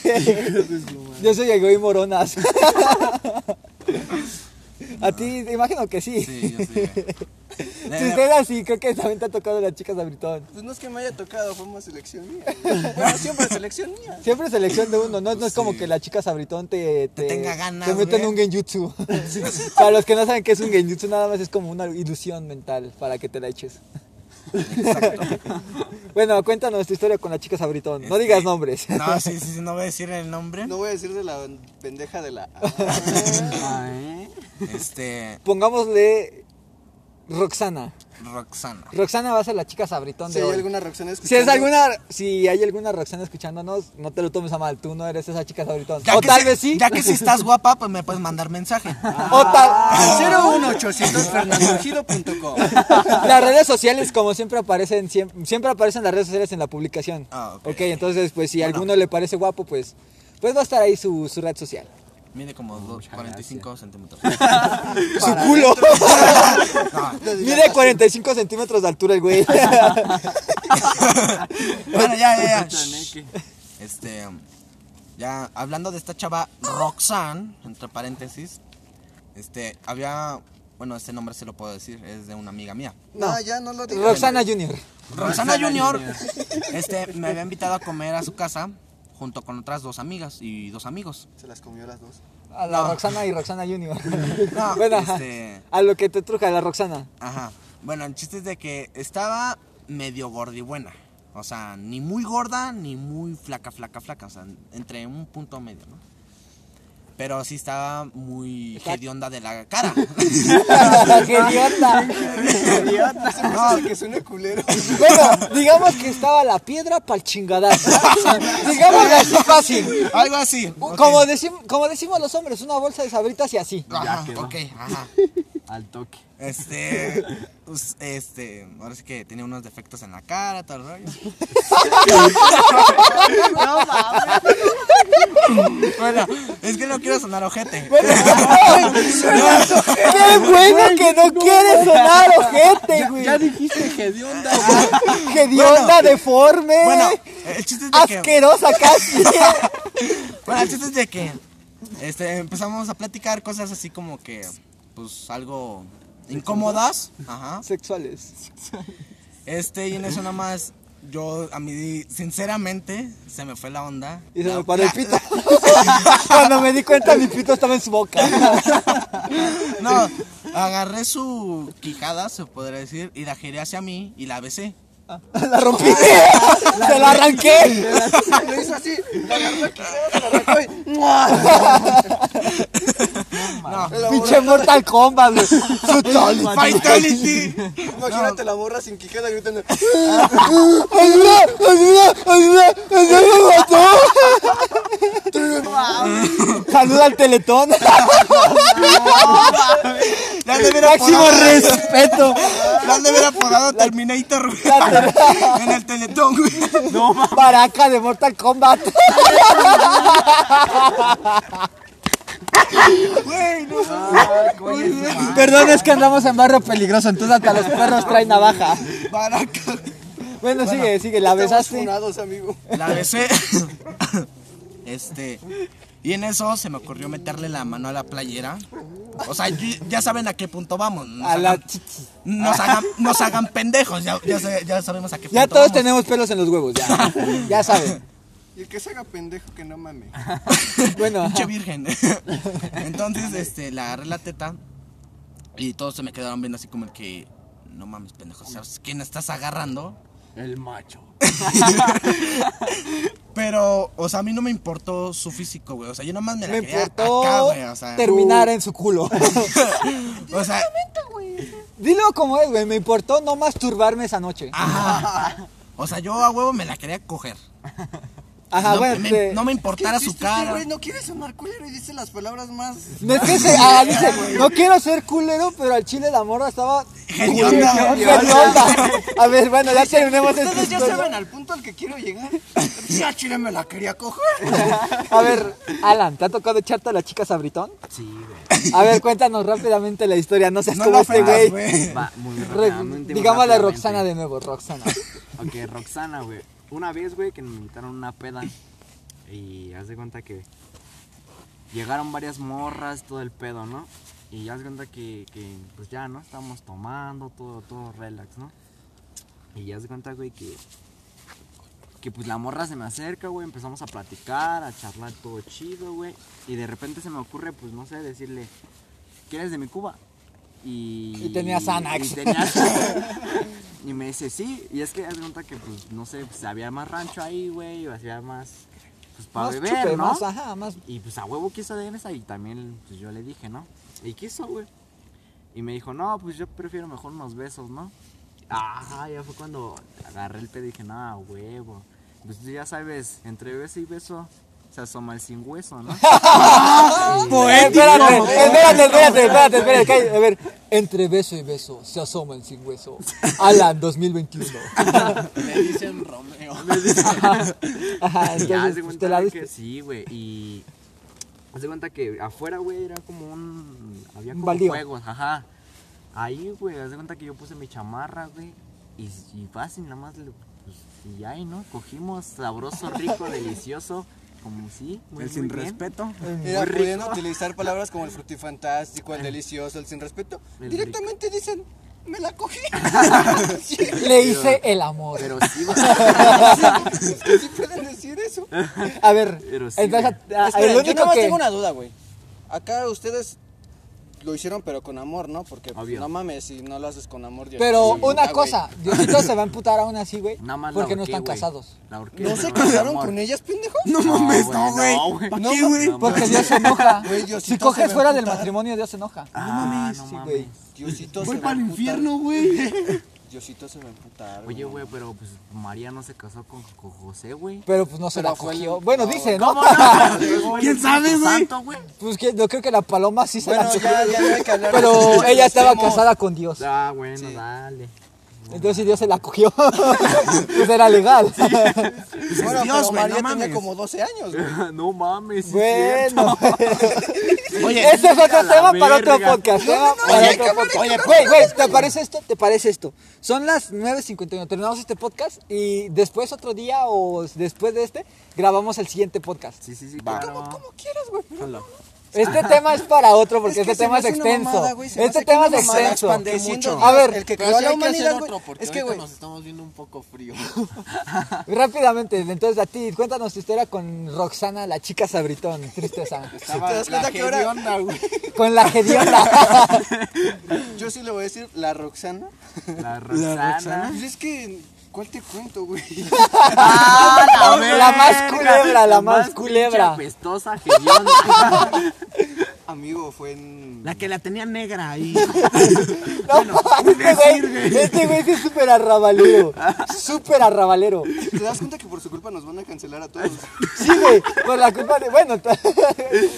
Yo soy el güey moronas. A ti, te imagino que sí.
Sí, Eh, yo sí. güey.
Si usted así, creo que también te ha tocado la chica sabritón.
Pues no es que me haya tocado, fue más selección mía. Bueno, siempre selección mía.
Siempre es elección de uno, no, no es como que la chica sabritón te, te,
tenga ganas,
te meta en
güey.
un genjutsu. Para los que no saben qué es un genjutsu, nada más es como una ilusión mental para que te la eches. bueno, cuéntanos tu historia con la chica sabritón. No digas nombres.
Este, No, sí, sí, sí, no voy a decir el nombre.
No voy a decir de la pendeja de la.
ah, ¿eh?
Este,
Pongámosle Roxana.
Roxana.
Roxana va a ser la chica sabritón
Si
de
hay
hoy.
alguna reacción
Si es alguna, si hay alguna Roxana escuchándonos, no te lo tomes a mal, tú no eres esa chica sabritón.
Ya
o
que
tal
si-
vez sí,
Ya que si estás guapa, pues me puedes mandar mensaje.
o
Ah.
tal.
01800 fernandogido.com.
Las redes sociales, como siempre aparecen, siem- siempre, aparecen las redes sociales en la publicación.
Ah, ok.
entonces, pues si a alguno le parece guapo, pues, pues va a estar ahí su, su red social.
Mide como do- 45 centímetros.
su culo. Mide 45 centímetros de altura el güey.
Bueno, ya, ya, ya.
Chaneque.
Este, ya hablando de esta chava Roxanne, entre paréntesis, este, había, bueno, este nombre se lo puedo decir, es de una amiga mía.
No, ya no lo digas.
Roxana Junior.
Roxana Junior, este, me había invitado a comer a su casa junto con otras dos amigas y dos amigos.
Se las comió las dos.
A la Roxana y Roxana Junior.
No,
bueno, ajá.
este-
a lo que te truja la Roxana.
Ajá. Bueno, el chiste es de que estaba medio gordibuena. O sea, ni muy gorda, ni muy flaca, flaca, flaca. O sea, entre un punto medio, ¿no? Pero sí estaba muy hedionda de la cara.
¡Qué idiota!
No, que suena culero.
Bueno, digamos que estaba la piedra para el chingadazo. Digámoslo así fácil.
Algo así.
U-
ok.
Como, decim- como decimos los hombres, una bolsa de sabritas y así.
Ajá, ok, ajá.
Al toque.
Este, pues, este, ahora sí que tenía unos defectos en la cara, todo el rollo. bueno, es que no quiero sonar ojete.
¡Qué bueno que no quieres sonar ojete, güey!
Ya dijiste que de onda.
Ah,
¡Qué idiota, deforme!
Bueno, el chiste es de que,
¡Asquerosa casi!
bueno, el chiste es de que, este, empezamos a platicar cosas así como que, pues, algo incómodas. Ajá.
Sexuales.
Este, y en eso nada más, yo, a mí, sinceramente, se me fue la onda.
Y se
La-
me paró el pito. Cuando me di cuenta, mi pito estaba en su boca.
No, agarré su quijada, se podría decir, y la giré hacia mí y la besé.
¡La rompí! ¡Se la arranqué!
Lo hizo así. Lo agarró aquí, se lo arrancó y- ¡Mua!
No,
¡Pinche Mortal Kombat! güey. ¡Fatality!
Fatality.
Imagínate la morra sin quijada gritando.
¡Ayuda! ¡Ayuda! ¡Ayuda! ¡Ayuda! ¡Me mató! ¡Saluda al teletón!
La han de ver
¡Máximo
apodado-
respeto!
la han de ver apodado Terminator güey, en el Teletón, güey.
¡Baraca de Mortal Kombat! Perdón, es que andamos en barrio peligroso, entonces hasta los perros traen navaja.
Baraca.
Bueno, sigue, sigue, la besaste.
Funados, amigo.
La besé. Este. Y en eso se me ocurrió meterle la mano a la playera. O sea, yo- ya saben a qué punto vamos. Nos,
A la
hagan,
chichi.
nos, hagan, nos hagan pendejos. Ya, ya, sé- ya sabemos a qué punto
Ya todos
vamos.
tenemos pelos en los huevos, ya. Ya saben.
Y el que se haga pendejo que no mame.
Bueno,
Pinche
ajá.
virgen. Entonces, este, la agarré la teta y todos se me quedaron viendo así como el que, no mames, pendejo, ¿sabes quién estás agarrando?
El macho.
Pero, o sea, a mí no me importó su físico, güey. O sea, yo nomás me la
me
quería
importó
acá, güey. O sea,
terminar en su culo.
o sea,
Dilo como es, güey, me importó no masturbarme esa noche.
Ah, ajá. O sea, yo a huevo me la quería coger.
Ajá,
no,
bueno,
me,
te-
no me importara
Este-
su
este
cara.
güey no quiere sonar culero y dice las palabras más.
No es que se, ah, dice, no quiero ser culero, pero al chile la morra estaba
Hedionda.
hedionda. A ver, bueno, ya terminemos esta
Ustedes ya
historia.
saben al punto al que quiero llegar. Ya chile me la quería coger.
A ver, Alan, ¿te ha tocado echarte a la chica sabritón? Sí, güey. A ver, cuéntanos rápidamente la historia, no seas
No
como
lo
este
ofendas,
güey.
güey.
Va, muy
Re-
rápidamente, muy
Digámosle a
rápidamente.
Roxana de nuevo, Roxana.
Ok, Roxana, güey. Una vez, güey, que nos invitaron a una peda. Y haz de cuenta que llegaron varias morras, todo el pedo, ¿no? Y haz de cuenta que, que, pues ya, ¿no? Estábamos tomando, todo, todo relax, ¿no? Y haz de cuenta, güey, que. Que pues la morra se me acerca, güey. Empezamos a platicar, a charlar todo chido, güey. Y de repente se me ocurre, pues no sé, decirle, ¿quieres de mi Cuba? Y.
Y tenía Xanax.
Y tenía- y me dice, sí. Y es que haz de cuenta que, pues, no sé, pues, había más rancho ahí, güey. O había más. Pues para
Más
beber,
chupe,
¿no?
más, ah. ajá, más.
Y pues a huevo quiso de esa y también pues yo le dije, ¿no? Y quiso, güey. Y me dijo, no, pues yo prefiero mejor unos besos, ¿no? Ah, ya fue cuando agarré el pedo y dije, no, huevo. Pues tú ya sabes, entre beso y beso se asoma el sin hueso, ¿no?
Poético. Pues, Espérate, espérate, espérate, espérate, espérate, cállate. A ver, entre beso y beso se asoma el sin hueso. Alan 2021.
Le dicen Romeo.
Ajá,
Y ya, haz de
entonces pues,
cuenta
te la
de
viste.
que sí, güey. Y haz de cuenta que afuera, güey, era como un. Había
Un
como
baldío.
juegos, ajá. Ahí, güey, haz de cuenta que yo puse mi chamarra, güey. Y, y fácil, nada más. le- pues, y ahí, ¿no? Cogimos sabroso, rico, delicioso. Como sí, muy, muy
El sin
bien.
respeto.
Mira,
rico.
pudiendo utilizar palabras como el frutifantástico, el delicioso, el sin respeto.
El
Directamente dicen,
me la cogí.
Le hice el amor.
Pero sí, güey.
¿Sí pueden decir eso?
A ver,
Pero sí,
entonces, a- a-
Esperen,
el
yo
único
nada más
que...
tengo una duda, güey. Acá ustedes lo hicieron pero con amor, ¿no? Porque pues,
Obvio.
no mames, si no lo haces con amor, Dios
Pero
sí,
una
puta,
cosa, Diosito se va a emputar aún así, güey,
Nada más la
porque no
ahorqué,
están
güey.
casados.
La ahorqué,
güey. ¿No
pero
se
por
casaron
amor.
con ellas, pendejo?
No mames, no, güey.
¿Para qué, güey?
Porque Dios se enoja.
Güey, Diosito
Si
se
coges
va a
fuera del
emputar.
matrimonio, Dios se enoja.
Ah, no
Sí,
mames.
güey.
Diosito
Voy
se
para
va a
el
emputar.
infierno, güey.
Diosito se va a emputar.
Oye, güey, pero pues María no se casó con, con José, güey.
Pero pues no se
Pero
la
fue el-
cogió. Bueno, dice, ¿no?
¿Quién sabe, güey? Santo, güey.
Pues que, yo creo que la paloma sí se la
Bueno,
cogió.
ya, ya no hay que hablar. de esos
Pero ella estaba
extremos.
casada con Dios.
Ah, bueno, dale.
Entonces si Dios se la cogió. pues era legal.
Bueno,
Dios,
pero
güey, no
María tenía
mames.
como 12 años, güey.
no mames. sí es cierto.
Bueno.
Oye,
Ese es otro
la
tema para otro
verga.
podcast. tema para otro podcast. Oye, güey, güey, ¿te parece esto? ¿Te parece esto? Son las 9.51. Terminamos este podcast y después otro día o después de este grabamos el siguiente podcast.
Sí, sí, sí.
Va.
claro.
Como quieras, güey.
Este tema es para otro porque
Es que
este
se
tema
me
es
hace una
extenso.
mamada, güey, se me
este
hace que
tema es
una mamada
extenso.
expande mucho.
A ver,
El que
Pero
creó
sí
la
hay que hacer
humanidad, güey.
otro, porque
Es que,
ahorita
güey,
nos estamos viendo un poco frío.
rápidamente, entonces a ti, cuéntanos tu historia con Roxana, la chica sabritón, tristeza.
Estaba
¿Te das
la
cuenta que ahora-
hedionda, güey.
Con la hedionda.
yo sí le voy a decir la Roxana.
La Roxana.
Pues es que, ¿cuál te cuento, güey?
La, más culebra, la más culebra.
Pestosa, Pues hedionda.
Amigo, fue en...
la que la tenía negra ahí.
No, este güey, este güey sí es súper arrabalero. Súper arrabalero.
¿Te das cuenta que por su culpa nos van a cancelar a todos? Pues
Sí, güey, por la culpa de. Bueno, t-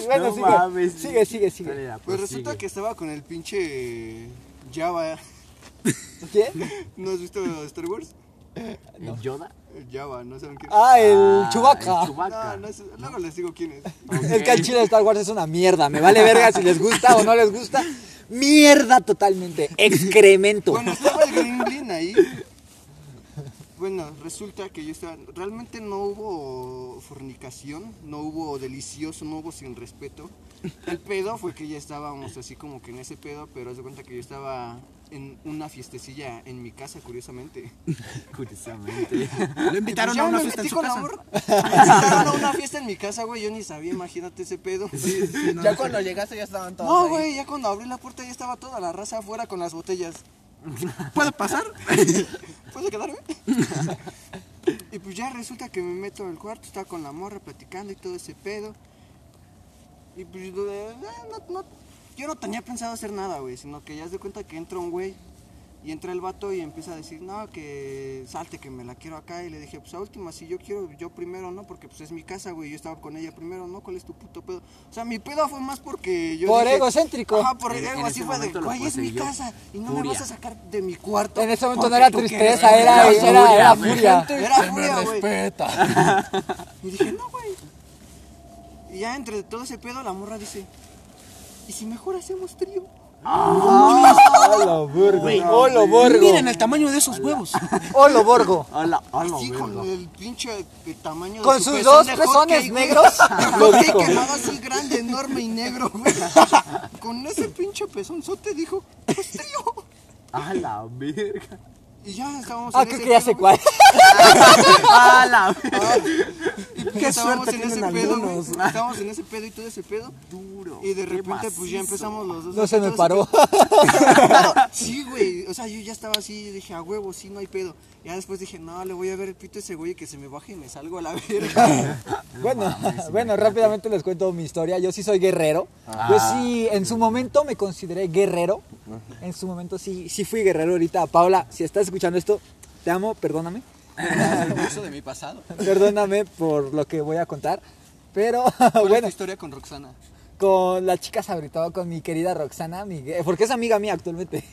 bueno
No
sigue.
mames.
sigue. Sigue, sigue,
Dale, la
Pues resulta
prosigue.
que estaba con el pinche Java.
¿Quién?
¿No has visto Star Wars?
¿El Yoda?
El Java, no saben quién es.
Ah, el
Ah,
Chubaca.
El Chewbacca.
No, no es- luego les digo quién es.
Es que el chile de Star Wars es una mierda. Me vale verga si les gusta o no les gusta. Mierda totalmente. Excremento.
Bueno, estaba el Gremlin ahí. Bueno, resulta que yo estaba. Realmente no hubo fornicación, no hubo delicioso, no hubo sin respeto. El pedo fue que ya estábamos así como que en ese pedo, pero haz de cuenta que yo estaba en una fiestecilla en mi casa, curiosamente.
Curiosamente.
Lo invitaron
Yo
a una
me
fiesta en
metí
su
con
casa.
amor. Me invitaron a una fiesta en mi casa, güey. Yo ni sabía, imagínate ese pedo.
Ya cuando llegaste ya estaban todos.
No,
ahí.
güey, ya cuando abrí la puerta ya estaba toda la raza afuera con las botellas.
¿Puedo pasar?
¿Puedo quedarme? y pues ya resulta que me meto al cuarto, estaba con la morra platicando y todo ese pedo. Y pues eh, no- no- yo no tenía pensado hacer nada, güey, sino que ya se de cuenta que entra un güey y entra el vato y empieza a decir, no, que salte, que me la quiero acá. Y le dije, pues a última, si yo quiero, yo primero, ¿no? Porque pues es mi casa, güey, yo estaba con ella primero, ¿no? ¿Cuál es tu puto pedo? O sea, mi pedo fue más porque yo
Por
dije-
egocéntrico.
Ajá, por
En- en
ego, así
ese
fue de,
momento lo
güey, es mi
poseyó
casa y no me
furia.
vas a sacar de mi cuarto.
En ese momento no
porque
era
tú quieres
tristeza, era,
ver
era,
la
era
güey.
furia.
Era furia, güey.
Respeta.
Y dije, no, güey. Y ya entre todo ese pedo, la morra dice, ¿y si mejor hacemos trío?
Hola, Borgo. Hola, Borgo.
Miren el tamaño de esos huevos.
Hola, Borgo.
Hola, hola,
Así
Ah, güey.
con el pinche de tamaño
Con
de
sus dos pezones negros.
Lo que que lo haga así grande, enorme y negro, güey. Con ese pinche pezonzote dijo, pues trío.
A la verga.
Y ya estábamos
Ah,
en
creo
ese
que ya
pedo,
sé
güey.
cuál.
A la verga.
Qué estábamos en ese pedo, güey. Estábamos en ese pedo y todo ese pedo.
Duro.
Y
qué
de repente, pues ya
macizo.
empezamos los dos.
No
acá,
se me
todo ese
paró.
pedo. Sí, güey. O sea, yo ya estaba así. Yo dije, a huevo, sí, no hay pedo. Ya después dije, no, le voy a ver el pito a ese güey y que se me baje y me salgo a la verga.
Ah, Bueno, bueno, rápidamente les cuento mi historia. Yo sí soy guerrero.
Ah.
Yo sí, en su momento me consideré guerrero. En su momento sí, sí fui guerrero. Ahorita, Paula, si estás escuchando esto, te amo, perdóname.
Ah,
de mi pasado.
Perdóname por lo que voy a contar. Pero
¿Cuál es tu
bueno,
historia con Roxana?
con la chica sobre todo, con mi querida Roxana, mi gue- porque es amiga mía actualmente.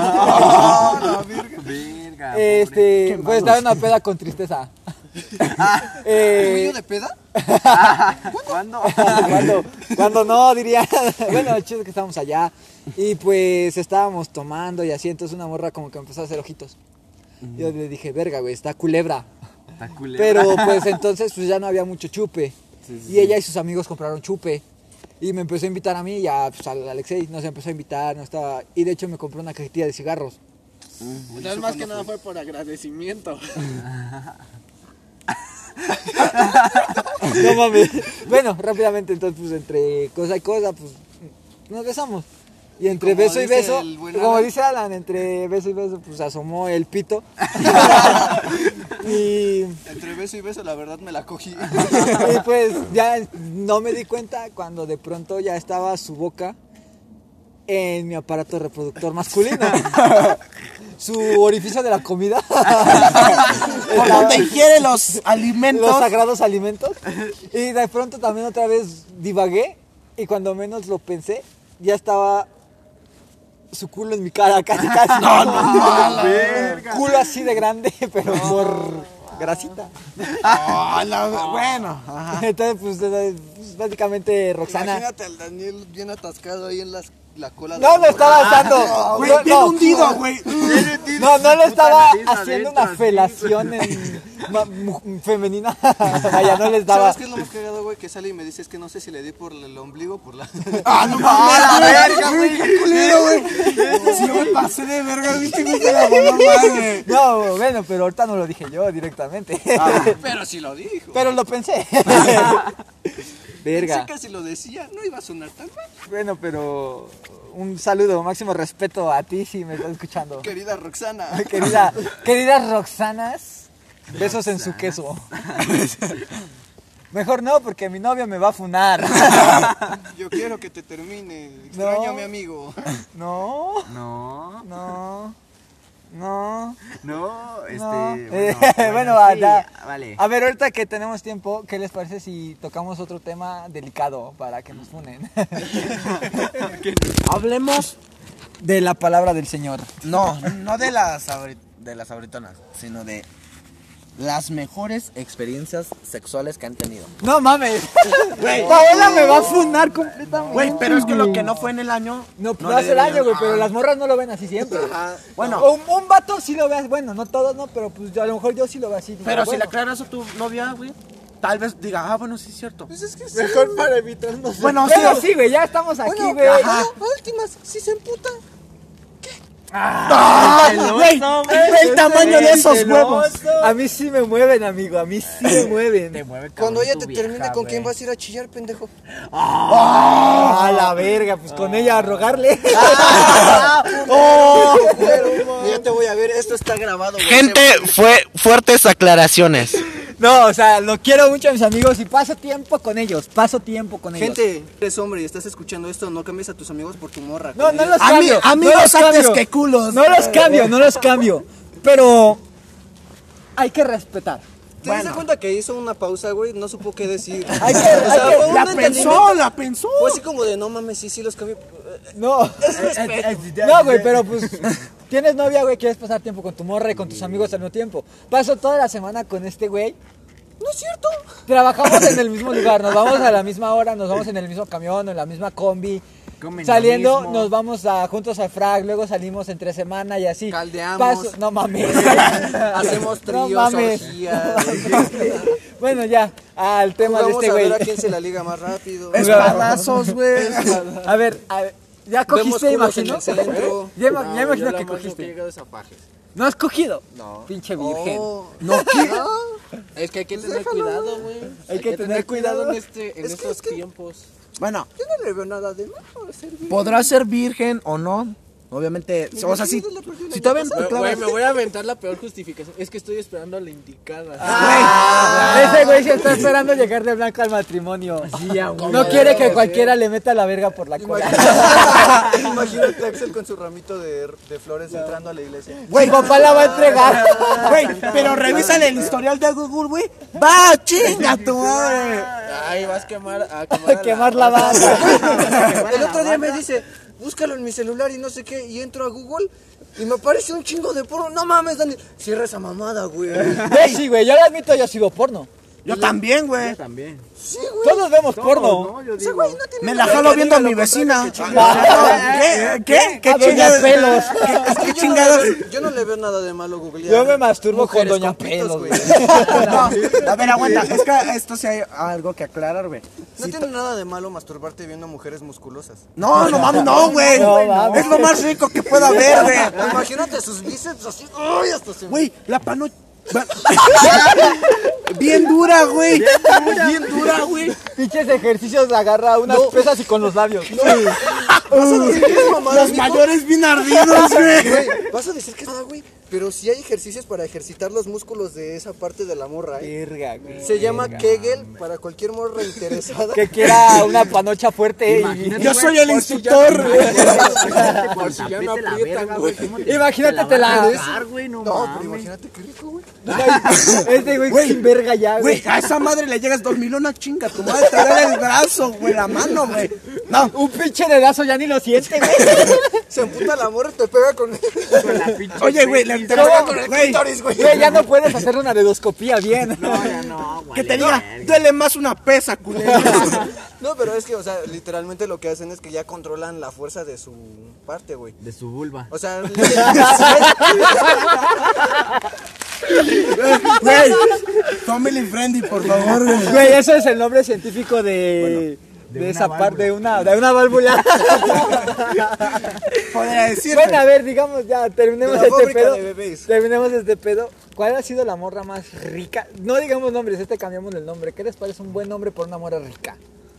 A la verga.
Ah,
Verga. pobre.
Este, pues estaba en una peda con tristeza.
¿Niño
Eh,
Ah, de peda?
¿Cuándo?
cuando, cuando no, diría. Bueno, el chiste es que estábamos allá. Y pues estábamos tomando y así. Entonces una morra como que empezó a hacer ojitos. Yo le dije, verga, güey, está culebra.
Está culero.
Pero pues entonces pues ya no había mucho chupe. y ella y sus amigos compraron chupe. Y me empezó a invitar a mí y a, pues, al Alexei. Nos empezó a invitar. No estaba... Y de hecho me compró una cajetilla de cigarros.
Entonces, más que nada fue por agradecimiento.
No mames. Bueno, rápidamente, entonces, pues entre cosa y cosa, pues nos besamos. Y entre
Como
beso y
dice
beso,
el buen
como
Alan.
dice Alan, entre beso y beso, pues asomó el pito. y,
Entre beso y beso, la verdad me la cogí.
y, pues ya no me di cuenta cuando de pronto ya estaba su boca en mi aparato reproductor masculino. su orificio de la comida.
Por donde ingiere los alimentos.
los sagrados alimentos. Y de pronto también otra vez divagué y cuando menos lo pensé, ya estaba su culo en mi cara, casi casi. No, no, Culo así de grande, pero por grasita.
Ah, la- bueno, ajá.
Entonces, pues, eh, pues, prácticamente Roxana.
Imagínate al Daniel bien atascado ahí en las- la cola. de
No
la
lo estaba asando.
Güey,
No,
bien
no.
hundido, güey.
No, no lo estaba
nariz
haciendo
adentro,
una
así,
felación en- ma- mu- femenina. Vaya, no le estaba.
¿Sabes qué es lo más cagado, güey? Que sale y me dice, es que no sé si le di por el ombligo o por la...
¡A la verga, güey! ¡Qué culero, güey! Si me pasé de verga, viste, güey, se la voló madre.
No, bueno, pero ahorita no lo dije yo directamente.
Ah,
Pero si lo dijo.
Pero lo pensé. Verga.
Pensé que si lo decía, no iba a sonar tan mal.
Bueno, pero un saludo, máximo respeto a ti si me estás escuchando.
Querida Roxana.
Querida, queridas Roxanas, besos en su queso. Mejor no, porque mi novio me va a funar.
Yo quiero que te termine. Extraño a mi amigo.
No,
No,
no, no.
no, este.
No.
Bueno,
Eh, bueno, ah,
sí,
ya.
Vale.
A ver, ahorita que tenemos tiempo, ¿qué les parece si tocamos otro tema delicado para que nos funen?
Hablemos.
De la palabra del Señor.
No, no de las, abri- de las abritonas, sino de las mejores experiencias sexuales que han tenido.
No mames. Paola me va a funar completamente.
Güey, pero es que lo que no fue en el año.
No, no,
le
hace el año,
debieron-
güey, pero las morras no lo ven así siempre.
Bueno.
O Un, un vato sí lo ve así, bueno, no todos, no, pero pues yo- a lo mejor yo sí lo veo así. digo,
Pero si
bueno.
le aclaras a tu novia, güey, tal vez diga, ah, bueno, sí es cierto.
Mejor para evitarnos.
Bueno, sí,
Bueno,
sí.
sí, güey, ya estamos aquí, güey.
ajá.
últimas, si se emputa.
Güey, ve el tamaño de esos huevos.
A mí sí me mueven, amigo, a mí sí me mueven.
Cuando ella te termine, ¿con quién vas a ir a chillar, pendejo?
A la verga, pues con ella a rogarle.
Ah. Oh. Yo te voy a ver, esto está grabado, güey.
fue fuertes aclaraciones.
No, o sea, lo quiero mucho a mis amigos y paso tiempo con ellos, paso tiempo con ellos.
Gente, eres hombre y estás escuchando esto, no cambies a tus amigos por tu morra.
No, no los
Ami-
cambio. no
amigos
los
antes
cambio.
que culos.
No los cambio, no los cambio. Pero hay que respetar.
¿Te das cuenta que hizo una pausa, güey? No supo qué decir.
Hay que,
O sea,
hay que-
fue un
la
entendimiento.
pensó, la-
pensó.
Fue así Pues como de, no mames, sí, sí los cambié.
No. No, güey, pero pues tienes novia, güey, quieres pasar tiempo con tu morra y con tus amigos al mismo tiempo. Paso toda la semana con este güey.
No es cierto.
Trabajamos en el mismo lugar, nos vamos a la misma hora, nos vamos en el mismo camión, en la misma combi.
Comen lo
Saliendo,
mismo.
nos vamos a, juntos al frag, luego salimos entre semana y así.
Caldeamos.
no mames.
Hacemos
No
tríos,
mames.
orgías.
Bueno, ya, al tema de
Vamos
este
a
güey.
ver a quién se la liga más rápido.
Espadazos, güey.
A ver, a ver, ya cogiste,
Vemos culos en
imagino.
el
¿Eh?
centro.
Ya, ima- ya
yo
imagino
la
que
más
cogiste.
que he llegado es a pajes.
¿No has cogido? No. Pinche virgen.
Oh.
No, ¿qué?
Es que hay
Pues
que tener cuidado, güey.
Hay que tener cuidado.
en, este, en estos tiempos.
Bueno,
Yo no le veo nada de malo a ser virgen.
podrá ser virgen o no. Obviamente, o sea, si, si todavía no te
Güey,
clavas.
me voy a aventar la peor justificación. Es que estoy esperando a la indicada.
Ah,
Ah, Ese güey se está esperando llegar de blanco al matrimonio. no quiere que cualquiera le meta la verga por la cola.
Imagínate a Axel con su ramito de, de flores entrando a la iglesia.
Güey, papá la va a entregar.
Güey, pero revísale el historial de Google, güey. Va, chinga tu madre.
Ay, vas a quemar a quemar,
A quemar la barra.
El otro día me dice, búscalo en mi celular y no sé qué, y entro a Google y me aparece un chingo de porno. No mames, Dani, cierra esa mamada, güey.
Yo sí, güey, yo lo admito, yo sigo porno.
Yo también, güey.
también.
Todos vemos porno.
No, yo digo.
Me la jalo viendo a mi vecina. ¿Qué? ¿Qué? ¿Qué
A Doña
chingados?
Pelos.
¿Qué chingados?
Ah.
Yo no le veo nada de malo googlear.
Yo me masturbo
Mujeres
con Doña
pitos,
Pelos,
güey.
güey.
No, a ver, aguanta. Es que esto sí hay algo que aclarar, güey.
No tiene nada de malo masturbarte viendo mujeres musculosas.
No, no mames, no, güey.
No, mames.
Es lo más rico que pueda haber, güey.
Ah.
Imagínate sus bíceps así. ¡Ay, hasta se
Güey, la pano. Bien dura, güey. Bien dura, güey.
Pinches ejercicios, agarra unas pesas y con los labios.
Los mayores bien ardidos, güey.
Güey, vas a decir que nada, Ah, güey. Pero si hay ejercicios para ejercitar los músculos de esa parte de la morra, ¿eh?
Verga, güey.
Se llama Kegel para cualquier morra interesada.
Que quiera una panocha fuerte. y-
Yo soy el instructor.
Por si ya no aprietan, güey. ¿cómo te-
Imagínate,
te la van a
te la-
dar, güey, no,
No,
mames.
pero imagínate qué rico, güey.
Este güey sin verga ya,
Güey,
güey.
a esa madre le llegas dos mil una chinga. Tu madre te da el brazo, güey, la mano, güey. No,
Un pinche dedazo ya ni lo siente, güey.
Se emputa la morra y te pega con el
Con la pinche
oye, güey, le te
¿Cómo?
pega con el güey.
clítoris, güey.
Güey, ya no puedes hacer una dedoscopía bien.
No, ya no, güey.
Que te diga, duele más una pesa, culero.
No, pero es que, o sea, literalmente lo que hacen es que ya controlan la fuerza de su parte, güey.
De su vulva.
O sea, literal-
Güey, family friendly, por favor, güey.
Güey, eso es el nombre científico de. de, esa parte, de una, de una válvula.
Podría decir.
bueno, a ver, digamos, ya terminemos
De la
este
fábrica
pedo.
de bebés.
Terminemos este pedo. ¿Cuál ha sido la morra más rica? No digamos nombres, este cambiamos el nombre. ¿Qué les parece un buen nombre por una morra rica?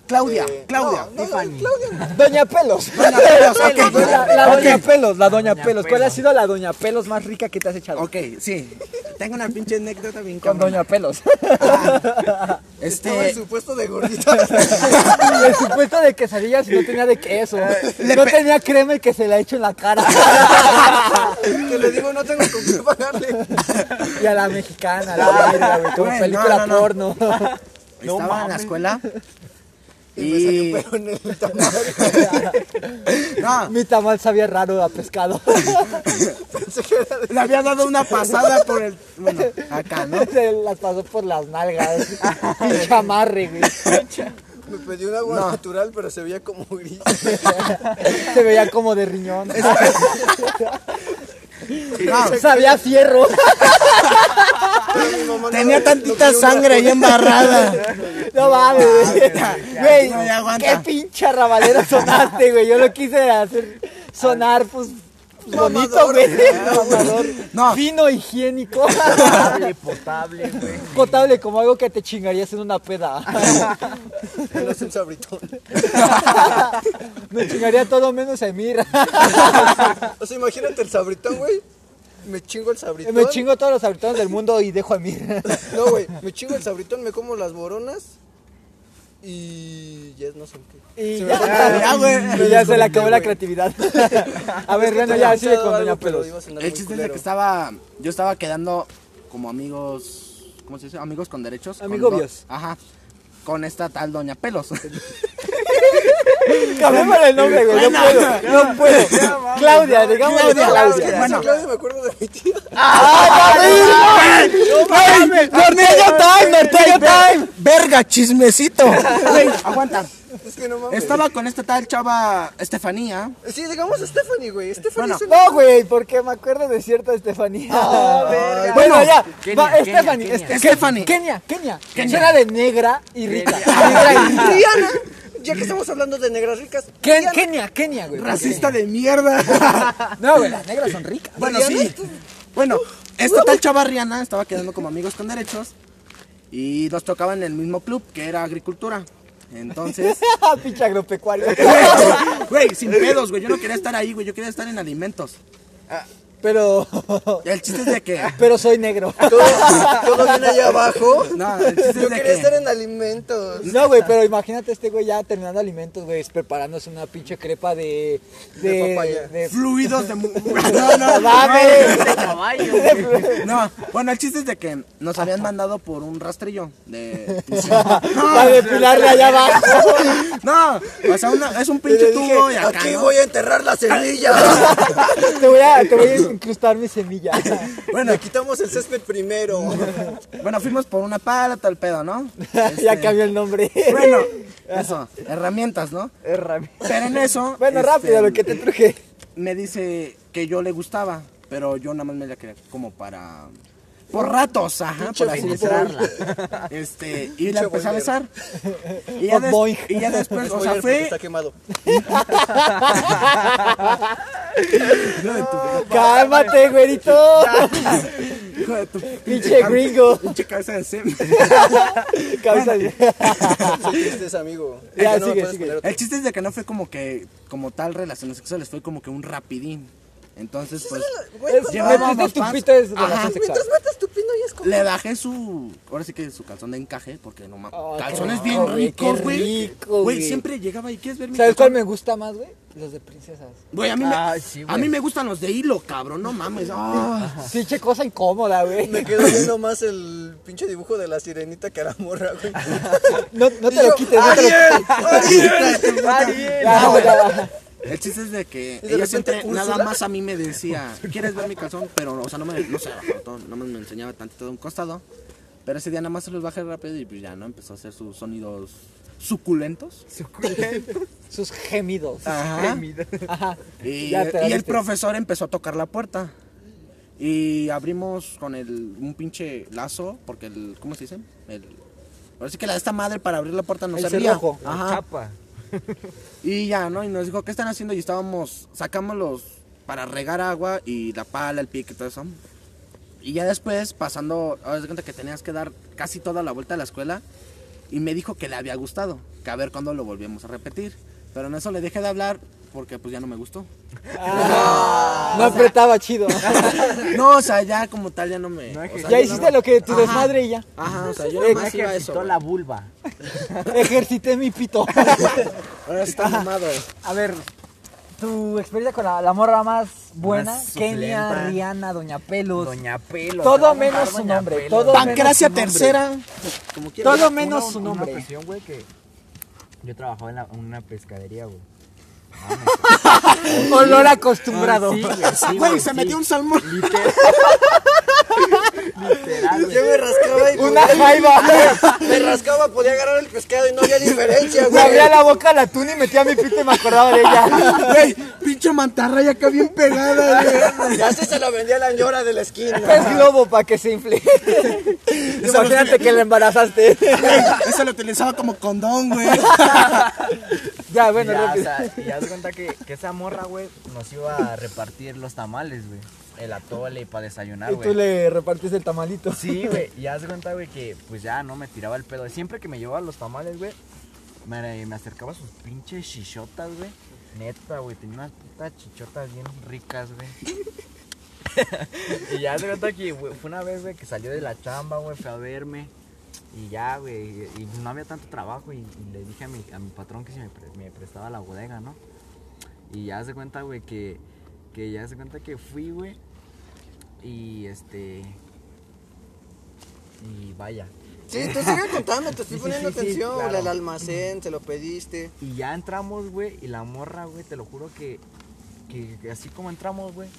Claudia, Claudia.
No, no, Claudia.
Doña Pelos.
Doña Pelos, ok.
La, la
Ok.
Doña Pelos, la Doña, Pelos. ¿Cuál ha sido la Doña Pelos más rica que te has echado?
Ok, sí. Tengo una pinche anécdota bien
Con
cabrona.
Doña Pelos.
Estaba
Este,
en su puesto de gordita.
el supuesto de quesadillas no tenía de queso.
Eh,
No tenía crema y que se la echo en la cara.
Te le digo, no tengo con qué pagarle.
Y a la mexicana, a la verga, güey, como
Güey,
película
no, no, no.
porno.
estaba en la escuela.
Y
Y.
me salió un pedo en el tamal.
No,
Mi tamal sabía raro a pescado.
le había dado una pasada por el. Bueno, acá, ¿no?
Se las pasó por las nalgas. Pinche amarre, güey.
Me pedí un agua natural, pero se veía como gris.
Se veía como de riñón. Sabía a fierro.
Mi mamá no
Tenía
lo-
tantita sangre ahí embarrada.
No mames, güey. Güey,
No, Ah, ya aguanta.
qué pinche rabalera sonaste, güey. Yo lo quise hacer sonar, pues, pues, bonito, güey. Mamador.
No.
Fino, higiénico.
Potable, potable, güey.
Potable como algo que te chingarías en una peda.
Menos un sabritón.
Me chingaría todo menos a Emir.
O sea, imagínate el sabritón, güey. Me chingo el sabritón.
Me chingo todos los sabritones del mundo y dejo a Emir.
No, güey. Me chingo el sabritón, me como las boronas. Y ya no sé qué.
Y
Ya,
ya,
güey.
y ya se le acabó la creatividad. A ver, bueno, ya sigue con Doña Pelos.
El chiste es de que estaba. Yo estaba quedando como amigos. ¿Cómo se dice? Amigos con derechos. con
Amigobios.
do- Ajá. Con esta tal Doña Pelos.
Cambiamos el nombre, güey. No puedo, no puedo. Claudia, digamos
Claudia,
Claudia.
bueno.
Claudio, me acuerdo de mi tía.
¡Ay! ¡Tornillo time! ¡Tornillo time! ¡Verga, chismecito! Güey, aguanta.
Es que no mames.
Estaba con esta tal chava Estefanía.
Sí, digamos Stephanie, güey. Stephanie
Bueno.
es una...
No, güey, porque me acuerdo de cierta Estefanía.
verga.
Bueno,
Bueno,
ya.
Kenia,
va,
Kenia,
Stephanie,
Kenia.
Este-
Stephanie.
Kenia, Kenia. Que suena de negra y rica. Negra y rica.
Diana. Ya que estamos hablando de negras ricas.
Ken-
Diana.
Kenia, Kenia, güey.
Racista de mierda.
No, güey, las negras son ricas.
Bueno, sí. Bueno, esta tal chava Rihanna estaba quedando como amigos con derechos y los tocaba en el mismo club que era agricultura. Entonces,
Pinche agropecuario.
güey, güey, sin pedos, güey. Yo no quería estar ahí, güey. Yo quería estar en alimentos.
Pero.
El chiste es de que.
Pero soy negro.
Todo viene allá abajo.
No, el chiste
Yo
es de
quería estar
que.
en alimentos.
No, güey, pero imagínate este güey ya terminando alimentos, güey, preparándose una pinche crepa de. de.
De papaya.
de-
Fluidos de. mu- No, no,
¡Mames!
no. Bueno, el chiste es de que nos habían mandado por un rastrillo de. Ah,
Para depilarle allá abajo.
No, o sea, una- es un
Y le
pinche
dije,
tubo y acá.
aquí
¿no?
voy a enterrar la semilla.
Te voy a, te voy a incrustar mi semilla.
Bueno,
Le quitamos el césped primero.
bueno, fuimos por una pala, tal pedo, ¿no?
ya
Este,
cambió el nombre.
Bueno, eso, herramientas, ¿no? Pero en eso.
Bueno,
este,
rápido, lo que te truje.
Me dice que yo le gustaba, pero yo nada más me la quería como para. Por ratos, ajá, por así decirlo. Este, y la empecé a besar. Y ya, des-
Boing.
y ya después, o sea,
Spoiler, porque
fue.
está quemado.
Cálmate, güerito.
Hijo de tu
Pinche
cam-
gringo.
Pinche cabeza de sem.
Cabeza de-
Soy triste, amigo.
Ya,
me
sigue,
puedes
sigue.
poner otro.
El chiste es de que no fue como que, como tal relaciones sexuales, fue como que un rapidín. Entonces, pues,
Es-
llevábamos
metiste tu
pants.
pito este es
Ajá.
relación sexual.
le bajé su, ahora sí que su calzón de encaje, porque no mames,
Oh,
calzones
qué
bien
rico,
ricos,
qué
güey.
rico,
Güey,
güey.
siempre llegaba y ¿quieres ver mi
¿Sabes cuál
calzón?
me gusta más, güey? Los de princesas.
Güey, a mí, me,
Ah, sí, güey.
a mí me gustan los de hilo, cabrón, no mames. ah.
Pinche cosa incómoda, güey.
Me quedó viendo más el pinche dibujo de la sirenita que a la morra, güey.
No, no te lo quites, no te lo Ya, güey, ya.
El chiste es de que
de
ella
repente,
siempre nada
Úrsula.
más a mí me decía, ¿quieres ver mi calzón? Pero, o sea, no me, no se bajó todo, no me, me enseñaba tantito de un costado. Pero ese día nada más se los bajé rápido y pues ya, ¿no? Empezó a hacer sus sonidos suculentos.
Sus gemidos.
Ajá.
Ajá.
Y,
Ya te la
y el
viste.
profesor empezó a tocar la puerta. Y abrimos con el, un pinche lazo, porque el, ¿cómo se dice? El, ahora sí que la de esta madre para abrir la puerta no
El
servía.
cerrojo.
Ajá. Y ya, ¿no? Y nos dijo, ¿qué están haciendo? Y estábamos, sacamos los, para regar agua y la pala, el pique y todo eso. Y ya después, pasando, ahora de cuenta que tenías que dar casi toda la vuelta a la escuela. Y me dijo que le había gustado, que a ver cuándo lo volvíamos a repetir. Pero en eso le dejé de hablar porque pues ya no me gustó.
No apretaba chido.
No, o sea, ya como tal ya no me. o sea,
Ya
yo
hiciste
nada-
lo que tu
Ajá.
desmadre y ya.
Ajá, o sea, yo nada más iba a eso. güey.
la vulva.
Ejercité mi pito.
Ahora está mamado.
A ver, tu experiencia con la, la morra más buena,
Más
Kenia,
suculenta.
Rihanna, Doña Pelos.
Doña Pelo.
Todo
te va a
menos
mandar
su
Doña
nombre,
Pelo.
todo-
Pancracia
menos su
tercera. Como quieras.
Todo
Una-
menos su
una
nombre.
ocasión, güey, que yo trabajaba en, la- en una pescadería, güey.
Olor acostumbrado.
Sí, güey, sí,
Güey,
güey,
se
sí.
metió un salmón.
Literal. Literal, güey.
Yo me rascaba y
Una jaiba.
me rascaba, podía agarrar el pescado y no había diferencia,
Me
güey.
abría la boca la tuna y metía mi pito y me acordaba de ella.
Güey, pinche mantarraya acá bien pegada, güey.
Y así se lo vendía a la ñora de la esquina.
Es globo para que se infle. Imagínate que la embarazaste.
Eso lo utilizaba como condón, güey.
Ya, Ah, bueno,
ya, o
rápido.
sea, y haz de cuenta que, que esa morra, güey, nos iba a repartir los tamales, güey. El atole para desayunar,
y tú
güey.
le repartiste el tamalito.
Sí, güey. Y haz de cuenta, güey, que pues ya no me tiraba el pedo. Siempre que me llevaba los tamales, güey, me, me acercaba a sus pinches chichotas, güey. Neta, güey, tenía unas putas chichotas bien ricas, güey. y ya haz de cuenta que güey, fue una vez, güey, que salió de la chamba, güey, fue a verme. Y ya, güey, y y no había tanto trabajo. Y, y le dije a mi, a mi patrón que si me, pre- me prestaba la bodega, ¿no? Y ya se cuenta, güey, que, que ya se cuenta que fui, güey. Y este. Y vaya.
Sí, tú sigue contando, te estoy
Sí, sí,
poniendo
sí, sí,
atención.
claro.
Al almacén, se lo pediste.
Y ya entramos, güey, y la morra, güey, te lo juro que, que, que así como entramos, güey,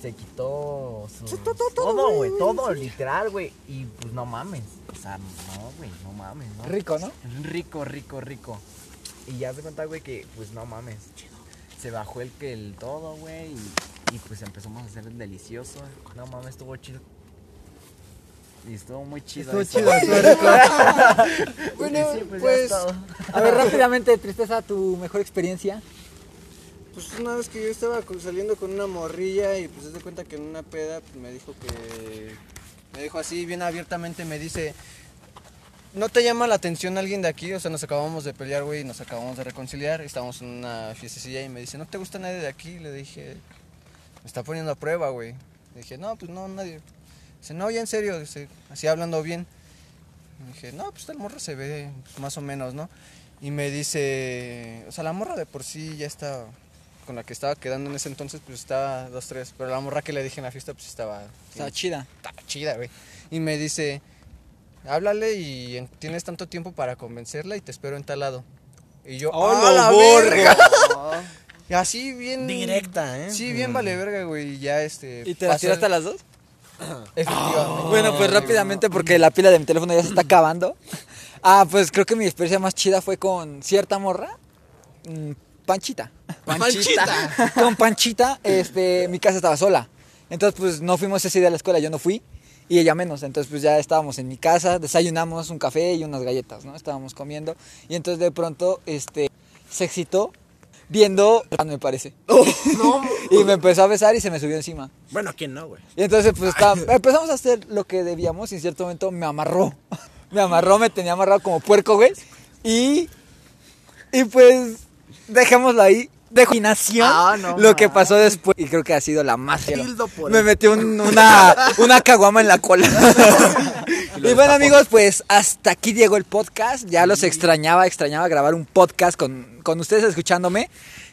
se quitó su, todo, güey, todo, literal, güey. Y pues no mames, o sea, no, güey, no mames, ¿no?
Rico, ¿no?
Rico, rico, rico. Y ya se cuenta, güey, que pues no mames. Se bajó el que el todo, güey, y, y, pues empezamos a hacer el delicioso. No mames, estuvo chido. Y estuvo muy chido.
Estuvo
eso.
chido, estuvo
Bueno,
Y sí, pues, ya
pues,
es todo.
A ver, rápidamente, tristeza, tu mejor experiencia.
pues una vez que yo estaba co- saliendo con una morrilla y pues se da cuenta que en una peda pues, me dijo que me dijo así bien abiertamente me dice ¿No te llama la atención alguien de aquí? O sea, nos acabamos de pelear, güey, y nos acabamos de reconciliar. y Estábamos en una fiestecilla y me dice, ¿no te gusta nadie de aquí? Le dije, me está poniendo a prueba, güey. Le dije, no, pues no, nadie. Dice, no, ya en serio, dice, así hablando bien. Le dije, no, pues el morro se ve pues, más o menos, ¿no? Y me dice, o sea, la morra de por sí ya está, con la que estaba quedando en ese entonces, pues estaba dos, tres. Pero la morra que le dije en la fiesta, pues estaba,
Está chida.
estaba chida, güey. Y me dice, háblale y en- tienes tanto tiempo para convencerla y te espero en tal lado. Y yo, ¡ah, la verga! Y así bien.
Directa, ¿eh?
Sí, bien vale verga, güey. y Ya este.
¿Y te las
pasé-
tiraste a las dos?
Efectivamente.
Bueno, pues rápidamente porque la pila de mi teléfono ya se está acabando. Ah, pues creo que mi experiencia más chida fue con cierta morra. mm, Panchita. Panchita. con Panchita, este, mi casa estaba sola. Entonces, pues no fuimos ese día a la escuela, yo no fui y ella menos. Entonces, pues ya estábamos en mi casa, desayunamos un café y unas galletas, ¿no? Estábamos comiendo y entonces de pronto este se excitó viendo, me parece. y me empezó a besar y se me subió encima.
Bueno, ¿quién no, güey?
Y entonces, pues está- empezamos a hacer lo que debíamos y en cierto momento me amarró. Me amarró, me tenía amarrado como puerco, güey. Y. Y pues. Dejémoslo ahí. De imaginación lo que pasó después. Y creo que ha sido la más. fiera. Me metió un- una, una caguama en la cola. y bueno, amigos, pues hasta aquí llegó el podcast. Ya los extrañaba, extrañaba grabar un podcast con, con ustedes escuchándome.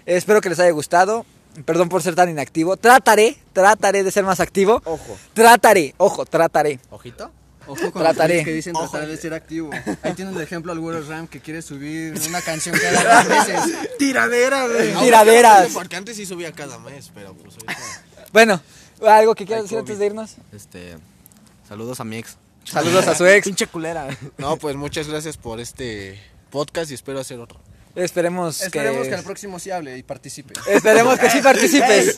Espero que les haya gustado. Perdón por ser tan inactivo. Trataré, trataré de ser más activo. Ojo. Trataré, ojo, trataré.
¿Ojito?
Ojo con los
Trataré.
güeyes que dicen tratar de ser activo. Ahí tienen el ejemplo al Güero Ram que quiere subir una canción cada dos meses.
Tiradera, güey.
Tiraderas.
Porque antes sí subía cada mes, pero pues ahorita.
Bueno, algo que quieras
Ay,
decir antes
COVID.
de irnos.
Este. Saludos a mi ex.
Saludos a su ex.
Pinche culera.
No, pues muchas gracias por este podcast y espero hacer otro.
Esperemos,
Esperemos que
que.
al próximo sí hable y participe.
Esperemos que sí participes.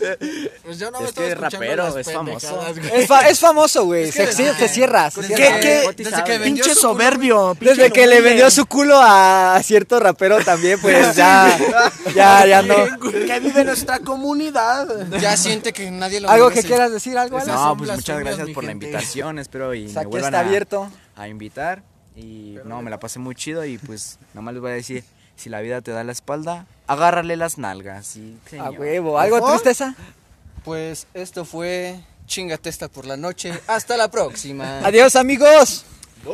Pues yo no
Es que es rapero, es famoso.
Es, fa- es famoso, güey. se, exhi- se cierra. se
¿Qué,
cierra.
qué?
Desde que vendió
Pinche
su culo,
soberbio.
Desde que le vendió su culo a cierto rapero también, pues ya. Ya, ya no.
Que vive nuestra comunidad.
Ya siente que nadie lo
¿Algo que
merece.
quieras decir? ¿Algo, Alan?
No, pues muchas gracias por la invitación. Espero y
Pues
me
Aquí
vuelvan
está
a,
abierto.
a invitar. Y no, me la pasé muy chido. Y pues nada más les voy a decir: si la vida te da la espalda, agárrale las nalgas. Sí,
A
señor.
huevo. ¿Algo de tristeza?
Pues esto fue Chingate esta por la noche. Hasta la próxima.
Adiós, amigos.